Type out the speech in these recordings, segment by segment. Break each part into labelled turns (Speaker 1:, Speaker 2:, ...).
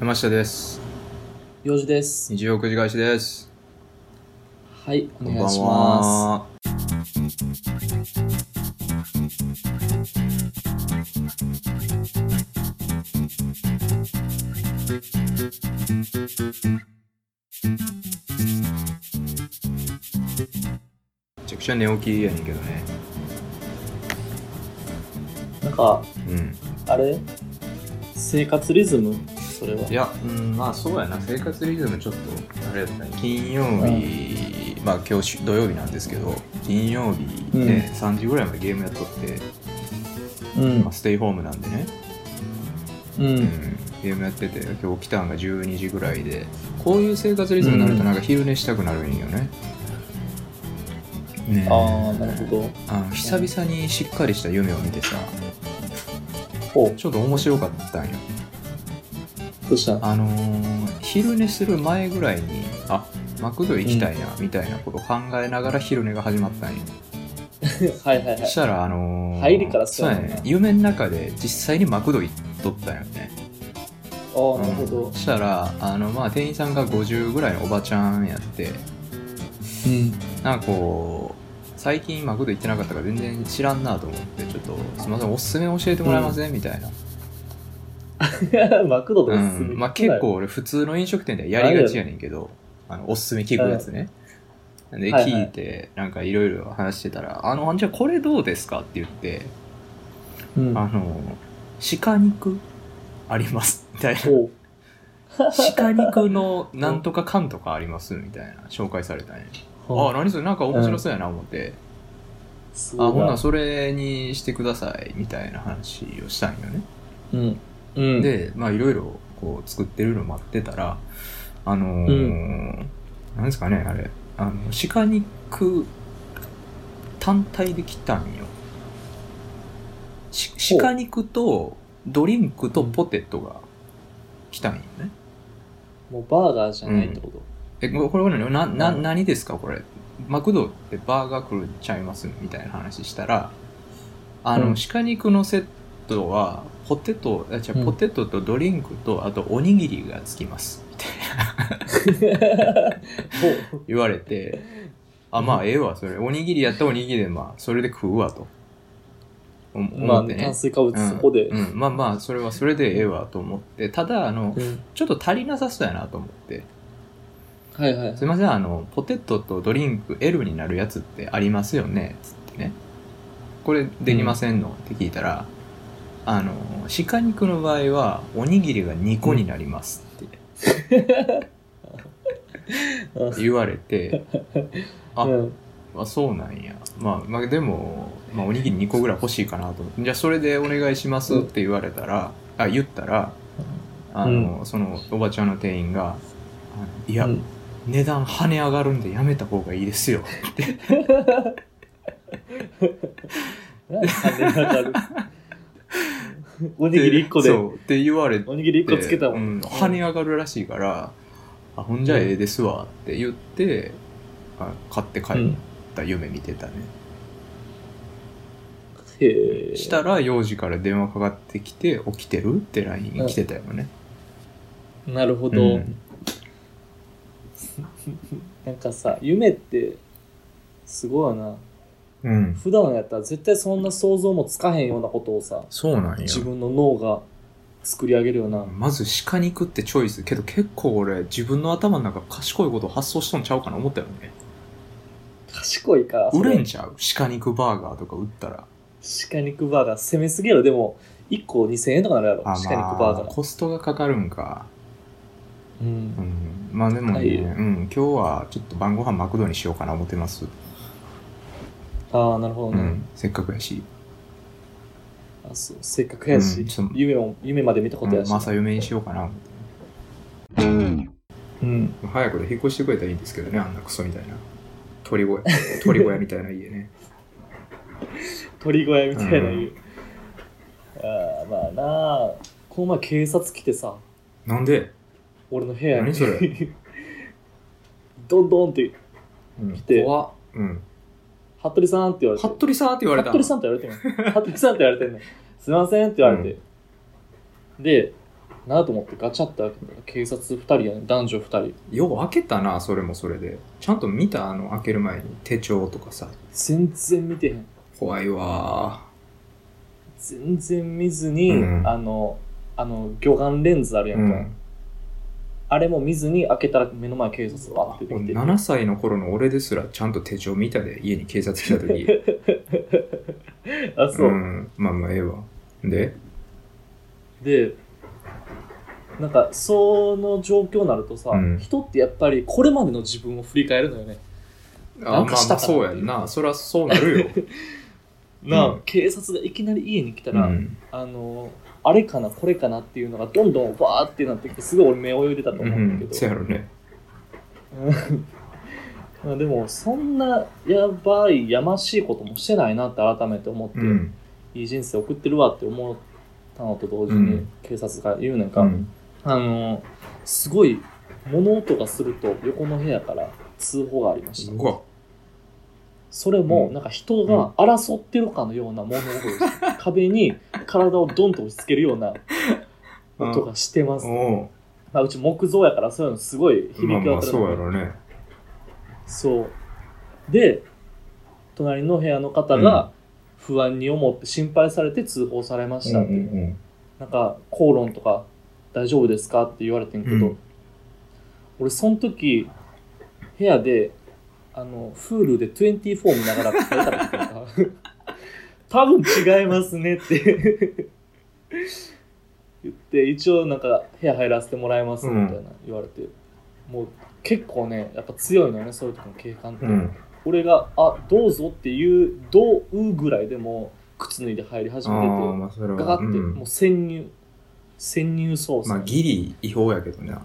Speaker 1: 山下です。
Speaker 2: よじです。
Speaker 1: 日曜くじ返しです。
Speaker 2: はい、
Speaker 1: こ
Speaker 2: お願
Speaker 1: んばん
Speaker 2: いしま
Speaker 1: は。めちゃくちゃ寝起きやねんけどね。
Speaker 2: す。なんか、
Speaker 1: うん。。
Speaker 2: あれ生活リズムそれはい
Speaker 1: や、うん、まあそうやな、生活リズムちょっと、あれやったね、金曜日、まあ今日し土曜日なんですけど、金曜日ね、3時ぐらいまでゲームやっとって、
Speaker 2: うん
Speaker 1: まあ、。ステイホームなんでね、
Speaker 2: う
Speaker 1: うん
Speaker 2: ん。
Speaker 1: ゲームやってて、今日起きたんが12時ぐらいで、こういう生活リズムになると、なんか昼寝したくなるんよね。ねえ
Speaker 2: ああ、なるほ
Speaker 1: あの久々にしっかりした夢を見てさ、
Speaker 2: ど。ほう、
Speaker 1: ちょっと面白かったんよ。
Speaker 2: どうした
Speaker 1: あのー昼寝する前ぐらいにあマクド行きたいなみたいなことを考えながら昼寝が始まったんよ、
Speaker 2: はいはいは
Speaker 1: そし
Speaker 2: い。
Speaker 1: たらあのー
Speaker 2: 入りからそうや
Speaker 1: そ
Speaker 2: も
Speaker 1: う
Speaker 2: んな
Speaker 1: やね夢の中で実際にマクド行っとったんよね
Speaker 2: ああ、なるほ
Speaker 1: う
Speaker 2: ど
Speaker 1: ん。そしたらあの、まあ、店員さんが50ぐらいのおばちゃんやって
Speaker 2: うん。
Speaker 1: なんかこう最近マクド行ってなかったから全然知らんなと思ってちょっとすみませんおすすめ教えてもらえません、みたいな、
Speaker 2: マクドと
Speaker 1: う
Speaker 2: かす
Speaker 1: ん、まあ結。構俺普通の飲食店ではやりがちやねんけど、あの、おすすめ聞くやつね。なんで
Speaker 2: はいはい
Speaker 1: 聞いて、なんかいろいろ話してたら、あの、じゃあこれどうですかって言って、
Speaker 2: うん。
Speaker 1: あの、鹿肉あります、みた いな。
Speaker 2: ほう。
Speaker 1: 鹿肉のなんとかかんとかあります、みたいな、紹介されたんや。あ、何それ、なんか面白そうやな、思って。
Speaker 2: す
Speaker 1: あ、ほんな
Speaker 2: ごい
Speaker 1: らそれにしてください、みたいな話をしたんよね。
Speaker 2: うん。うん。、
Speaker 1: で、まあ、いろいろこう作ってるの待ってたら、あのー
Speaker 2: う
Speaker 1: なんですかね、あれ、あの鹿肉単体で来たんよ。し
Speaker 2: ほう
Speaker 1: 鹿肉とドリンクとポテトが来たんよね。
Speaker 2: もうバーガーじゃないってこと。
Speaker 1: え、これこれなな
Speaker 2: うん
Speaker 1: 何ですか、これ。マクドってバーガー来るちゃいますみたいな話したら、あの、
Speaker 2: うん
Speaker 1: 鹿肉のセットは、ポテト、あ、じゃ
Speaker 2: うん
Speaker 1: ポテトとドリンクと、あとおにぎりがつきます。みたいな
Speaker 2: ほう。
Speaker 1: 言われて、あ、まあ、ええわ、それ。おにぎりやったらおにぎりで、まあ、それで食うわ、と。お
Speaker 2: ま
Speaker 1: 思
Speaker 2: あ、
Speaker 1: って
Speaker 2: 炭
Speaker 1: ね。
Speaker 2: 水化物そこで。
Speaker 1: うん、うんまあまあ、それはそれでええわ、と思って。ただ、あの
Speaker 2: う、ん。
Speaker 1: ちょっと足りなさそうやな、と思って。
Speaker 2: はいはい
Speaker 1: す。いません、あの、ポテトとドリンク L になるやつってありますよねつってね。これできませんの、って聞いたら、あの、鹿肉の場合は、おにぎりが2個になりますって言われ て、あ
Speaker 2: うん。
Speaker 1: あ、そうなんや。まあ、まあ、でも、まあ、おにぎり2個ぐらい欲しいかなと思って、じゃあそれでお願いしますって言われたら、あ、言ったら、あの、そのおばちゃんの店員が、あのいや、
Speaker 2: うん
Speaker 1: 値段跳ね上がるんでやめた方がいいですよ。
Speaker 2: 何金 かかるおにぎり1個で
Speaker 1: そ。うって言われて
Speaker 2: おにぎり1個つけたも。
Speaker 1: うんん、跳ね上がるらしいから「あほんじゃええですわ」って言って、あ買って帰った夢見てたね、
Speaker 2: へえ。
Speaker 1: したら幼児から電話かかってきて「起きてる?」って LINE 来てたよね、
Speaker 2: なるほ
Speaker 1: う
Speaker 2: ど、
Speaker 1: ん、
Speaker 2: なんかさ夢ってすごいよな
Speaker 1: うん
Speaker 2: 普段やったら絶対そんな想像もつかへんようなことをさ
Speaker 1: そうなんや
Speaker 2: 自分の脳が作り上げるような
Speaker 1: まず鹿肉ってチョイスけど結構俺自分の頭の中賢いこと発想しとんちゃうかな思ったよね
Speaker 2: 賢いからそ
Speaker 1: 売
Speaker 2: れ
Speaker 1: れんちゃう鹿肉バーガーとか売ったら
Speaker 2: 鹿肉バーガー攻めすぎやろでも1個2000円とかなるやろ
Speaker 1: あ、ま
Speaker 2: 鹿
Speaker 1: あ、
Speaker 2: 肉バーガー、
Speaker 1: コストがかかるんか
Speaker 2: う、
Speaker 1: うんん、まあでもね、
Speaker 2: はい
Speaker 1: うん、今日はちょっと晩ご飯マクドにしようかな思ってます、
Speaker 2: ああなるほど
Speaker 1: う
Speaker 2: ね、
Speaker 1: ん、せっかくやし
Speaker 2: あそうせっかくやし、
Speaker 1: うんちょっと
Speaker 2: 夢も夢まで見たことやし、
Speaker 1: 正夢にしようかな思って
Speaker 2: うん、
Speaker 1: 早くで引っ越してくれたらいいんですけどねあんなクソみたいな鳥小屋 鳥小屋みたいな家ね
Speaker 2: 鳥小屋みたいな、
Speaker 1: う
Speaker 2: ああまあなあこの前警察来てさ
Speaker 1: なんで
Speaker 2: 俺の部屋に
Speaker 1: 何それ、
Speaker 2: どんどんって
Speaker 1: うん、
Speaker 2: て
Speaker 1: 怖っうん
Speaker 2: 「服部さん」って言われて
Speaker 1: 服部さんって言われた
Speaker 2: 服部さんって言われてんの服部さんって言われてんのすいませんって言われて、でなと思ってガチャって開けたら警察2人やね男女2人
Speaker 1: よう開けたなそれもそれでちゃんと見たあの開ける前に手帳とかさ
Speaker 2: 全然見てへん
Speaker 1: 怖いわ
Speaker 2: 全然見ずに、
Speaker 1: うん
Speaker 2: あのあの魚眼レンズあ
Speaker 1: ー
Speaker 2: るや
Speaker 1: うん
Speaker 2: か、
Speaker 1: ん
Speaker 2: あれも見ずに開けたら目の前警察がバッて出てきて
Speaker 1: 7歳の頃の俺ですらちゃんと手帳見たで家に警察来た時
Speaker 2: あそう、
Speaker 1: ん、まあまあええわで
Speaker 2: でなんかその状況になるとさ、
Speaker 1: うん
Speaker 2: 人ってやっぱりこれまでの自分を振り返るのよね
Speaker 1: あ
Speaker 2: なん
Speaker 1: ま
Speaker 2: か
Speaker 1: あ
Speaker 2: し
Speaker 1: ま
Speaker 2: た
Speaker 1: あ
Speaker 2: かな
Speaker 1: そうやんなそりゃそうなるよ、
Speaker 2: なあ、
Speaker 1: うん
Speaker 2: 警察がいき なり家に来た
Speaker 1: う
Speaker 2: ら、
Speaker 1: ん、
Speaker 2: あのあれかなこれかなっていうのがどんどんわーってなってきてすごい俺目泳いでたと
Speaker 1: う
Speaker 2: 思うんだ
Speaker 1: ん
Speaker 2: けど
Speaker 1: そ、やろね
Speaker 2: うんでもそんなやばいやましいこともしてないなって改めて思って、
Speaker 1: うん
Speaker 2: いい人生送ってるわって思ったのと同時
Speaker 1: う
Speaker 2: に
Speaker 1: ん
Speaker 2: 警察が言うなんか、
Speaker 1: うん
Speaker 2: あのすごい物音がすると横の部屋から通報がありました
Speaker 1: うわ
Speaker 2: それも
Speaker 1: うん
Speaker 2: なんか人が争ってるかのような物音です、壁に体をドンと押し付けるような音がしてます、
Speaker 1: おう
Speaker 2: まあ、うち木造やからそういうのすごい響き
Speaker 1: まあま
Speaker 2: 渡
Speaker 1: あ
Speaker 2: る
Speaker 1: そうやろね
Speaker 2: そうで隣の部屋の方が不安に思って心配されて通報されましたっていう、
Speaker 1: うん
Speaker 2: なんか口論とか大丈夫ですかって言われてんけど、
Speaker 1: うん
Speaker 2: 俺その時部屋であの Hulu で24見ながら聞いたら 多分違いますねって言って一応なんか部屋入らせてもらいますみたいな言われて、もう結構ねやっぱ強いのよねそういう時の警官って、
Speaker 1: うんうん
Speaker 2: 俺が「あどうぞ」っていう「どう」ぐらいでも靴脱いで入り始
Speaker 1: あ
Speaker 2: めてて
Speaker 1: あまあそれは
Speaker 2: ガガって、
Speaker 1: うん
Speaker 2: もう潜入潜入捜査、
Speaker 1: まあギリ違法やけどな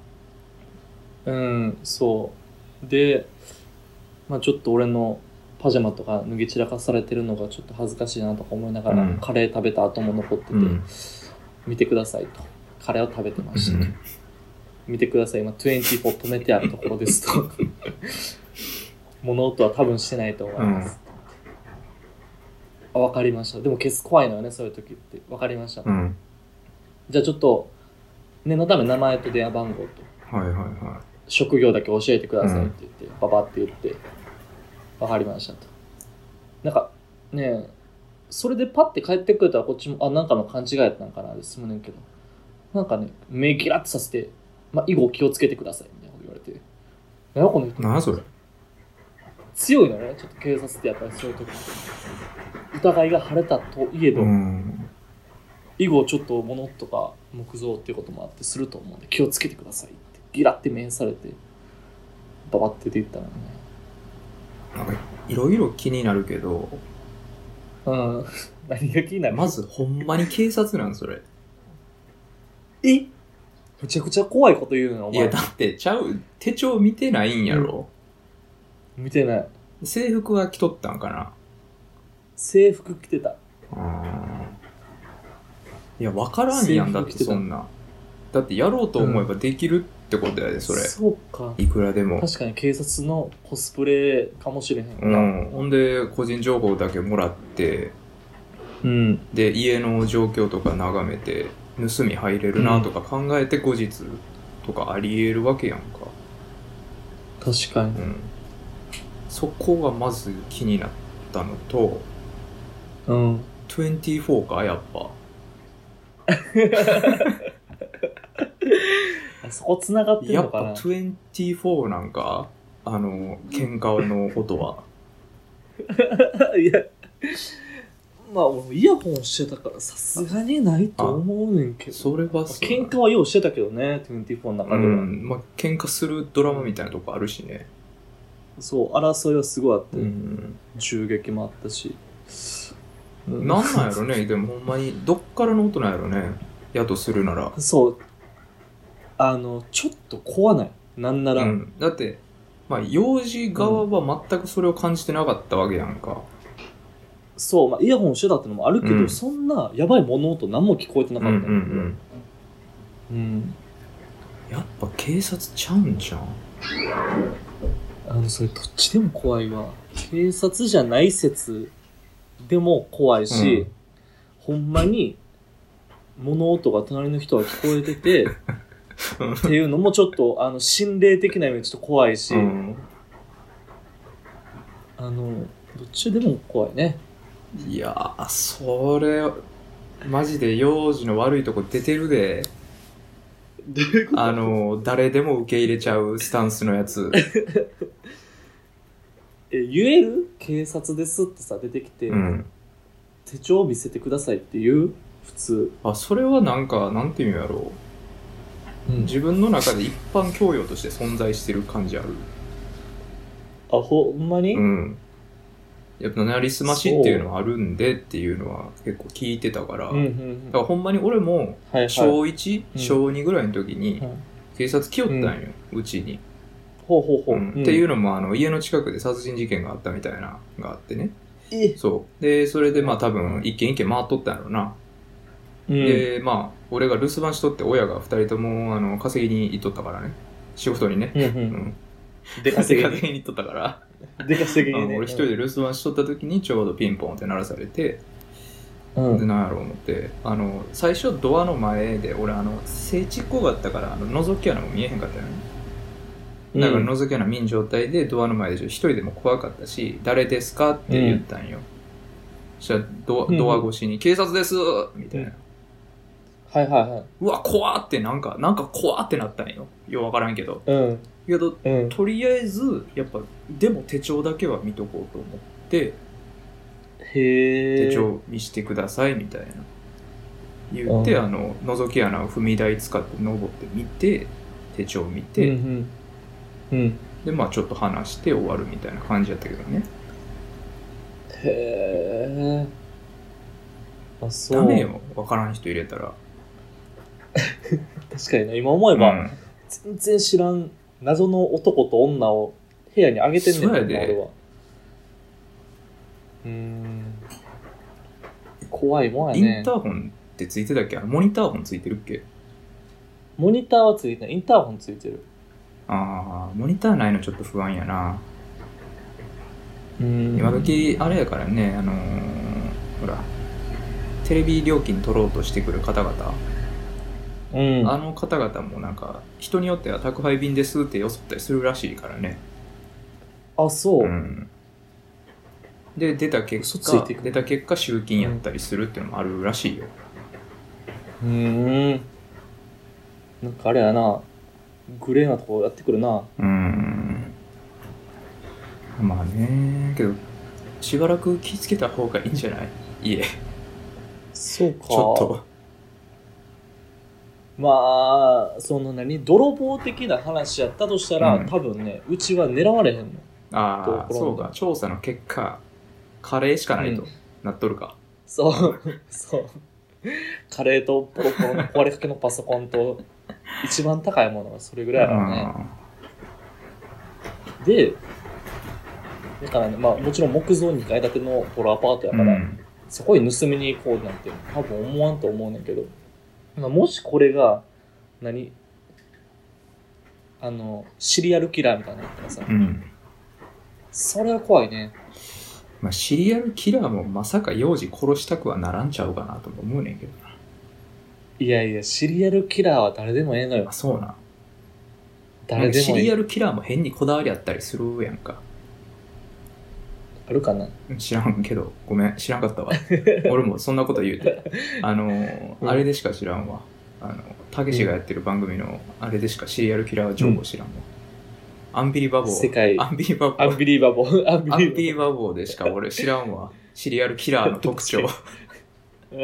Speaker 2: うんそうで、まあ、ちょっと俺のパジャマとか脱ぎ散らかされてるのがちょっと恥ずかしいなとか思いながら、
Speaker 1: うん
Speaker 2: カレー食べた後も残ってて、
Speaker 1: うん
Speaker 2: 見てくださいとカレーを食べてましたと、見てください今24止めてあるところですと物音は多分してないと思います、あ分かりましたでも消す怖いのよねそういう時って分かりました、
Speaker 1: うん
Speaker 2: じゃあちょっと念のため名前と電話番号と
Speaker 1: はいはいは
Speaker 2: 職業だけ教えてくださいって言って、ババって言って分かりましたとなんかねえそれでパッて帰ってくれたらこっちもあなんかの勘違いやったんかなで済むねんけどなんかね目ギラッとさせて、まあ、以後気をつけてくださいみたいなこと言われてなんやこの
Speaker 1: い
Speaker 2: 人
Speaker 1: なあそれ
Speaker 2: 強いのねちょっと警察ってやっぱりそういう時疑いが晴れたといえど、
Speaker 1: うん
Speaker 2: 以後ちょっと物とか木造っていうこともあってすると思うんで気をつけてくださいってギラって面されてババって出てったのね
Speaker 1: なんかいろいろ気になるけど
Speaker 2: うん 何が気になる、
Speaker 1: まずほんまに警察なんそれ
Speaker 2: えむちゃくちゃ怖いこと言うのよお
Speaker 1: いや
Speaker 2: 前
Speaker 1: だってちゃう手帳見てないんやろ、
Speaker 2: 見てない
Speaker 1: 制服は着とったんかな
Speaker 2: 制服着てた
Speaker 1: いや分からんやん
Speaker 2: 制
Speaker 1: だっ
Speaker 2: 服着
Speaker 1: て
Speaker 2: てた
Speaker 1: そんなだってやろうと思えばできるってことやでそれ、
Speaker 2: そうか
Speaker 1: いくらでも
Speaker 2: 確かに警察のコスプレかもしれへん
Speaker 1: う
Speaker 2: な、
Speaker 1: ん、ほんで個人情報だけもらって
Speaker 2: うん、
Speaker 1: で家の状況とか眺めて盗み入れるなとか考えて後日とかありえるわけやんか、
Speaker 2: 確かに
Speaker 1: うん、そこがまず気になったのと
Speaker 2: うん
Speaker 1: 24かやっぱ
Speaker 2: あそこつながってん
Speaker 1: や
Speaker 2: の
Speaker 1: っ
Speaker 2: か
Speaker 1: ぱ
Speaker 2: な
Speaker 1: 24なんかあの喧嘩の音は
Speaker 2: いや、まあ俺もイヤホンしてたからさすがにないと思うねんけど。
Speaker 1: それは
Speaker 2: まあ
Speaker 1: そう
Speaker 2: 喧嘩はようしてたけどね、24の
Speaker 1: う
Speaker 2: 中では。
Speaker 1: んまあ喧嘩するドラマみたいなとこあるしね、
Speaker 2: そう、争いはすごいあって、
Speaker 1: うん、
Speaker 2: 銃撃もあったし。うん
Speaker 1: なんなんやろ ねでもほんまにどっからの音なんやろねやとするなら、
Speaker 2: そう、あの、ちょっと怖ない。なんなら、
Speaker 1: うん、だって、まあ、幼児側は全くそれを感じてなかったわけやんか、
Speaker 2: そう、まあ、イヤホンしてたってのもあるけど、
Speaker 1: うん
Speaker 2: そんなやばい物音何も聞こえてな
Speaker 1: う
Speaker 2: か
Speaker 1: んう
Speaker 2: っ
Speaker 1: ん
Speaker 2: た
Speaker 1: う、ん、
Speaker 2: うん
Speaker 1: やっぱ警察ちゃうんじゃん
Speaker 2: あの、それどっちでも怖いわ。警察じゃない説でも怖いし、
Speaker 1: うん
Speaker 2: ほんまに物音が隣の人は聞こえててっていうのもちょっとあの心霊的な意味でちょっと怖いし、
Speaker 1: うん
Speaker 2: あのどっちでも怖いね
Speaker 1: いやーそれマジで幼児の悪いとこ出てるで
Speaker 2: どういうこ
Speaker 1: あの誰でも受け入れちゃうスタンスのやつ、
Speaker 2: え言える警察ですってさ出てきて、
Speaker 1: うん、
Speaker 2: 手帳を見せてくださいっていう普通、
Speaker 1: あそれはなんかなんていうんやろう自分の中で一般教養として存在してる感じある
Speaker 2: あほんまに、
Speaker 1: うんやっぱなりすましっていうのはあるんでっていうのは結構聞いてたから、
Speaker 2: うんうん
Speaker 1: だ
Speaker 2: うん
Speaker 1: からほんまに俺も
Speaker 2: はいはい
Speaker 1: 小1、
Speaker 2: うん
Speaker 1: 小2ぐらいの時に
Speaker 2: はい
Speaker 1: 警察来よったんよ、うちに、
Speaker 2: ほうほうほう、
Speaker 1: うんっていううのもあの家の近くで殺人事件があったみたいなのがあってね
Speaker 2: え、
Speaker 1: そうでそれでまあ多分一軒一軒回っとったんやろうな、
Speaker 2: うん、
Speaker 1: でまあ俺が留守番しとって親が2人ともあの稼ぎに行っとったからね仕事にね、
Speaker 2: うんう
Speaker 1: うんん、
Speaker 2: 出稼
Speaker 1: 稼
Speaker 2: ぎに
Speaker 1: ぎに行っとったから
Speaker 2: 出稼ぎ
Speaker 1: あ
Speaker 2: に
Speaker 1: の
Speaker 2: ね
Speaker 1: 俺一人で留守番しとった時にちょうどピンポンって鳴らされて、
Speaker 2: うん
Speaker 1: でなんやろう思ってあの最初ドアの前で俺あの整地っ子があったからあの覗き穴も見えへんかったよね、
Speaker 2: うん
Speaker 1: だから覗き穴見ん状態でドアの前でちょっと一人でも怖かったし「誰ですか?」って言ったんよ、そしたらド
Speaker 2: うん
Speaker 1: アドア越しに「警察です!」みたいな、
Speaker 2: はいはいはいう
Speaker 1: わ怖ってなんかなんか怖ってなったんよようわからんけど
Speaker 2: うん
Speaker 1: けど
Speaker 2: うん
Speaker 1: とりあえずやっぱでも手帳だけは見とこうと思って
Speaker 2: へえ
Speaker 1: 手帳見してくださいみたいな言って、
Speaker 2: うん
Speaker 1: あの覗き穴を踏み台使って登ってみて手帳見て、
Speaker 2: うんうん、うん、
Speaker 1: でまあちょっと話して終わるみたいな感じやったけどね
Speaker 2: へえあそう
Speaker 1: ダメよ分からん人入れたら、
Speaker 2: 確かにね今思えば、全然知らん謎の男と女を部屋にあげてんねんもんな
Speaker 1: そうやで
Speaker 2: 俺はうーん怖いも
Speaker 1: うんん
Speaker 2: や
Speaker 1: イ
Speaker 2: ね
Speaker 1: ンターホンってついてたっけあれモニターホンついてるっけ
Speaker 2: モニターはついてないインターホンついてる
Speaker 1: ああモニターないのちょっと不安やな、
Speaker 2: うん
Speaker 1: 今時あれやからねあのーほらテレビ料金取ろうとしてくる方々
Speaker 2: うん
Speaker 1: あの方々もなんか人によっては宅配便ですってよそったりするらしいからね。
Speaker 2: あそう、
Speaker 1: うん、で出た結
Speaker 2: 嘘つい
Speaker 1: 果
Speaker 2: てくる
Speaker 1: 出た結果集金やったりするっていうのもあるらしいよ。
Speaker 2: うーん。なんかあれやな、グレーなとこやってくるな。
Speaker 1: うん。まあねけどしばらく気付けた方がいいんじゃない 家ち
Speaker 2: そうか。
Speaker 1: ょっと。
Speaker 2: まあ、その何、泥棒的な話やったとしたら、
Speaker 1: うん
Speaker 2: 多分ね、うちは狙われへんの。
Speaker 1: ああ
Speaker 2: どう
Speaker 1: そうか調査の結果カレーしかないと、
Speaker 2: うん
Speaker 1: なっとるか。
Speaker 2: そう、そう。カレーとポロポロの壊れかけのパソコンと、一番高いものがそれぐらいだからね。で、だからね、まあもちろん木造2階建てのボロアパートや
Speaker 1: う
Speaker 2: から、
Speaker 1: んうん
Speaker 2: そこに盗みに行こうなんて多分思わんと思うねんけど、まあ、もしこれが何あのシリアルキラーみたいなのやったらさ、
Speaker 1: うん
Speaker 2: それは怖いね
Speaker 1: まあ、シリアルキラーもまさか幼児殺したくはならんちゃうかなとも思うねんけどな。
Speaker 2: いやいやシリアルキラーは誰でもええのよ
Speaker 1: あ、そうな。
Speaker 2: 誰で
Speaker 1: シ
Speaker 2: もえ
Speaker 1: リア
Speaker 2: え
Speaker 1: ルキラーも変にこだわりあったりするやんか。
Speaker 2: あるかな
Speaker 1: 知らんけど、ごめん、知らんか ったわ。俺もそんなこと言うて。あのー、
Speaker 2: うん
Speaker 1: あれでしか知らんわ。あの、たけしがやってる番組の、あれでしかシリアルキラー情報知らんわ。アンビリバボー。
Speaker 2: 世界
Speaker 1: アンビリバボ
Speaker 2: ア
Speaker 1: ー
Speaker 2: ン。ビリーバボーアンビ
Speaker 1: アンビ
Speaker 2: リ
Speaker 1: リバボーでしか俺知らんわ。シリアルキラーの特 徴。
Speaker 2: ーバボ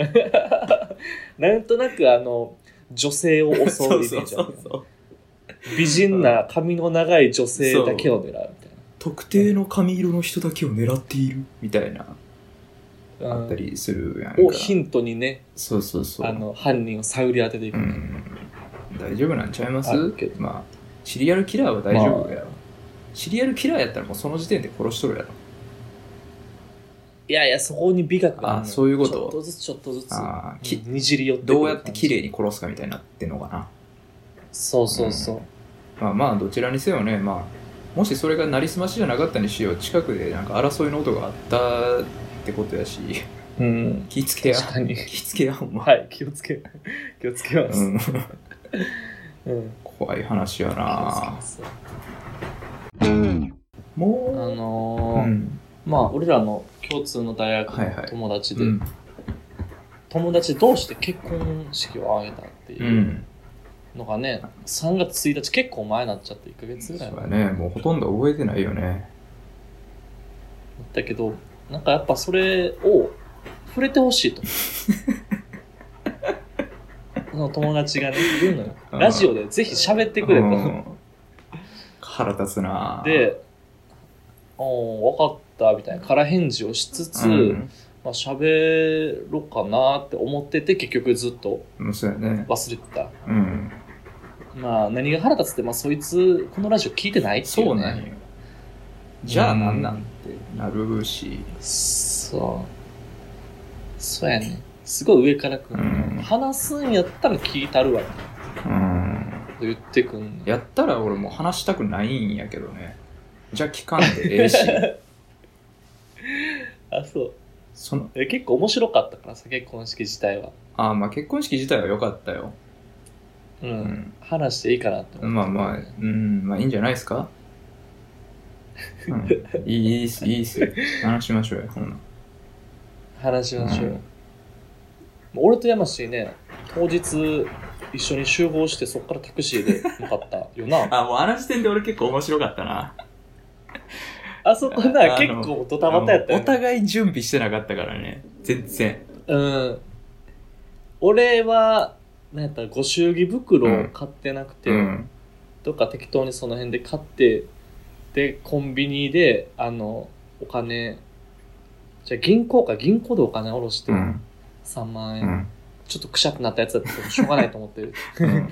Speaker 2: ー なんとなくあの女性を襲
Speaker 1: そうう
Speaker 2: イメ
Speaker 1: そ
Speaker 2: ー
Speaker 1: う
Speaker 2: ジ
Speaker 1: そ
Speaker 2: ある
Speaker 1: うそう。
Speaker 2: 美人な髪の長い女性だけを狙うみたい
Speaker 1: 特定の髪色の人だけを狙っているみたいな。
Speaker 2: な、
Speaker 1: あった
Speaker 2: うん
Speaker 1: りするやんか。
Speaker 2: をヒントにね
Speaker 1: そうそうそう。
Speaker 2: あの犯人を探り当てていく、
Speaker 1: うん。大丈夫なんちゃいます
Speaker 2: あるけど
Speaker 1: まあ、シリアルキラーは大丈夫やろ。シリアルキラーやったらもうその時点で殺しとるやろ。
Speaker 2: いやいや、そこに美学がるのよ
Speaker 1: あそういうこと
Speaker 2: ちょっとずつちょっとずつ。
Speaker 1: あーき
Speaker 2: うんにじり寄ってくる
Speaker 1: どうやって綺麗
Speaker 2: 感
Speaker 1: に殺すかみたいになってんのかな。
Speaker 2: じそうそうそう。
Speaker 1: まあまあ、どちらにせよね、まあ、もしそれがなりすましじゃなかったにしよう、近くでなんか争いの音があったってことやし、
Speaker 2: うん。
Speaker 1: 気ぃつけや
Speaker 2: 確かに。
Speaker 1: 気ぃつけやほんま、
Speaker 2: はい、気をつけ、 気をつけま
Speaker 1: う
Speaker 2: す。
Speaker 1: ん、
Speaker 2: うん。
Speaker 1: 怖い話やな
Speaker 2: あ
Speaker 1: もう、
Speaker 2: のー
Speaker 1: ん
Speaker 2: まあ、俺らの共通の大学
Speaker 1: はいは
Speaker 2: の
Speaker 1: い
Speaker 2: 友達で、
Speaker 1: うん
Speaker 2: 友達同士で結婚式を挙げたって
Speaker 1: う
Speaker 2: いうんのがね、3月1日結構前になっちゃって、1ヶ月
Speaker 1: そう
Speaker 2: ぐらい前
Speaker 1: やねもうほとんど覚えてないよね
Speaker 2: だけど、なんかやっぱそれを触れて ほしいと。その友達がね、言うのよ。
Speaker 1: うん
Speaker 2: ラジオでぜひ喋ってくれ
Speaker 1: う
Speaker 2: と。
Speaker 1: ん腹立つな
Speaker 2: で、おー、わかった、みたいな空返事をしつつ、
Speaker 1: うん
Speaker 2: まあ喋ろうかなって思ってて、結局ずっと
Speaker 1: うんそうやね
Speaker 2: 忘れてた。
Speaker 1: うん
Speaker 2: まあ何が腹立つって、まあそいつ、このラジオ聞いてないっていう、
Speaker 1: そ
Speaker 2: ね。
Speaker 1: うなんよじゃあなんなんってなるし
Speaker 2: そう。そうやね。すごい上からくる、
Speaker 1: うん
Speaker 2: 話すんやったら聞いたるわ。
Speaker 1: うん
Speaker 2: 言ってくんの
Speaker 1: やったら俺もう話したくないんやけどねじゃあ聞かんで ええし
Speaker 2: あそう
Speaker 1: その
Speaker 2: え結構面白かったからさ結婚式自体は
Speaker 1: あまあ結婚式自体は良かったよ
Speaker 2: うん、
Speaker 1: うん
Speaker 2: 話していいかなと思って
Speaker 1: まあまあうんまあいいんじゃないですか、うん、いいいいっすいいっすよ話しましょうよほんな
Speaker 2: 話しましょう、
Speaker 1: うん
Speaker 2: 俺と山氏ね当日一緒に集合してそこからタクシーで向かったよな
Speaker 1: あもうあの時点で俺結構面白かったな
Speaker 2: あそこ
Speaker 1: あ
Speaker 2: な
Speaker 1: あ
Speaker 2: 結
Speaker 1: の
Speaker 2: 構ドタバタやったよ、
Speaker 1: お互い準備してなかったからね全然
Speaker 2: うん俺はなんやったらご祝儀袋を買ってなくて、
Speaker 1: うん
Speaker 2: どっか適当にその辺で買ってでコンビニであのお金じゃあ銀行か銀行でお金下ろして
Speaker 1: うん
Speaker 2: 3万円、
Speaker 1: うん
Speaker 2: ちょっとくしゃくなったやつだったけどしょうがないと思って
Speaker 1: うん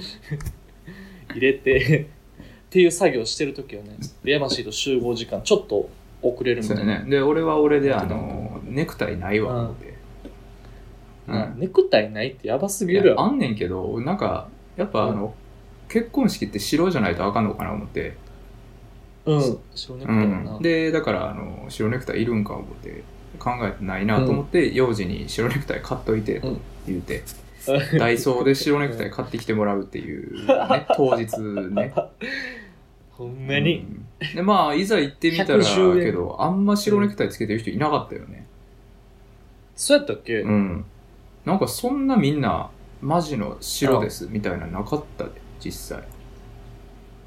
Speaker 2: 入れてっていう作業してる時はねでヤマシーと集合時間ちょっと遅れるみ
Speaker 1: そ
Speaker 2: た
Speaker 1: う
Speaker 2: い
Speaker 1: だ
Speaker 2: な、
Speaker 1: ねで俺は俺であのネクタイないわ思ってう
Speaker 2: うん
Speaker 1: ん
Speaker 2: ネクタイないってやばすぎ
Speaker 1: いや
Speaker 2: るや
Speaker 1: あ
Speaker 2: ろ
Speaker 1: んねんけどなんかやっぱあの、結婚式って白じゃないとあかんのかな思って、
Speaker 2: うん白ネク
Speaker 1: う
Speaker 2: タイやな、
Speaker 1: ん、でだからあの白ネクタイいるんか思って考えてないなと思って、幼児に白ネクタイ買っといて
Speaker 2: う
Speaker 1: と
Speaker 2: ん
Speaker 1: 言うて、ダイソーで白ネクタイ買ってきてもらうっていう、ね、当日ね
Speaker 2: ほんまに、
Speaker 1: うんでまあいざ行ってみたら
Speaker 2: 110円
Speaker 1: けどあんま白ネクタイつけてる人いなかったよね
Speaker 2: そうやったっけ、
Speaker 1: うん、なんかそんなみんなマジの白ですみたいななかったで実際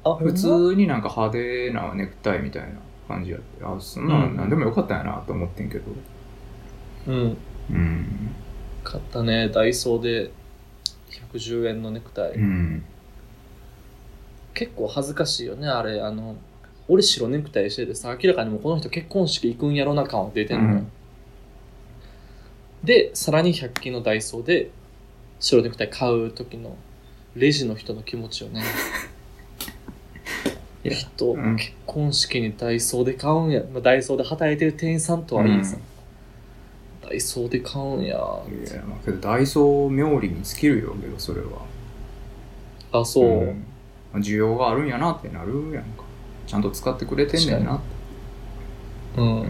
Speaker 2: あ
Speaker 1: 普
Speaker 2: 普通
Speaker 1: 通になんか派手なネクタイみたいな感じやってあそんな
Speaker 2: うん
Speaker 1: んなんでもよかったんやなと思ってんけど
Speaker 2: うん
Speaker 1: うん
Speaker 2: 買ったねダイソーで110円のネクタイ、
Speaker 1: うん
Speaker 2: 結構恥ずかしいよねあれあの俺白ネクタイしててさ明らかにもうこの人結婚式行くんやろな感は出てんのよ、
Speaker 1: うん
Speaker 2: でさらに100均のダイソーで白ネクタイ買う時のレジの人の気持ちよね
Speaker 1: いや
Speaker 2: 人、
Speaker 1: うん
Speaker 2: 結婚式にダイソーで買うんや、まあ、ダイソーで働いてる店員さんとはいいさ、ダイソーで買うんや
Speaker 1: いやまあけどダイソー冥利に尽きるよけどそれは
Speaker 2: あそう、
Speaker 1: んまあ需要があるんやなってなるやんかちゃんと使ってくれてんねんなって
Speaker 2: うん
Speaker 1: ん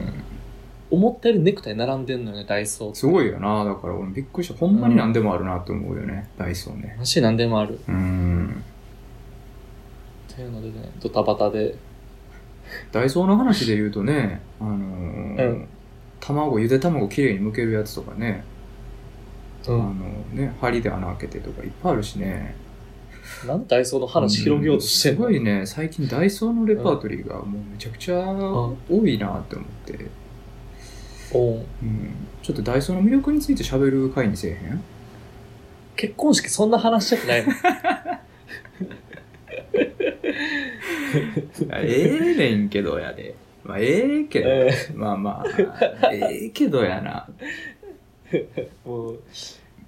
Speaker 2: 思ったよりネクタイ並んでんのよねダイソーって
Speaker 1: すごいよなだから俺びっくりしたほんまに何でもあるなって思うよね、ダイソーね
Speaker 2: マジで何でもある
Speaker 1: うん
Speaker 2: っていうのでねドタバタで
Speaker 1: ダイソーの話で言うとね、あのー
Speaker 2: うん
Speaker 1: 卵ゆで卵きれいに剥けるやつとかね、
Speaker 2: うん
Speaker 1: あのね針で穴開けてとかいっぱいあるしね
Speaker 2: なんでダイソーの話広げようとしてんの、
Speaker 1: うんすごいね最近ダイソーのレパートリーがもうめちゃくちゃ多いなって思って、
Speaker 2: おう
Speaker 1: うん、ちょっとダイソーの魅力について喋る回にせえへん
Speaker 2: 結婚式そんな話したく ないの
Speaker 1: ええねんけどやでまあええけど、
Speaker 2: え
Speaker 1: まあまあええけどやな
Speaker 2: もう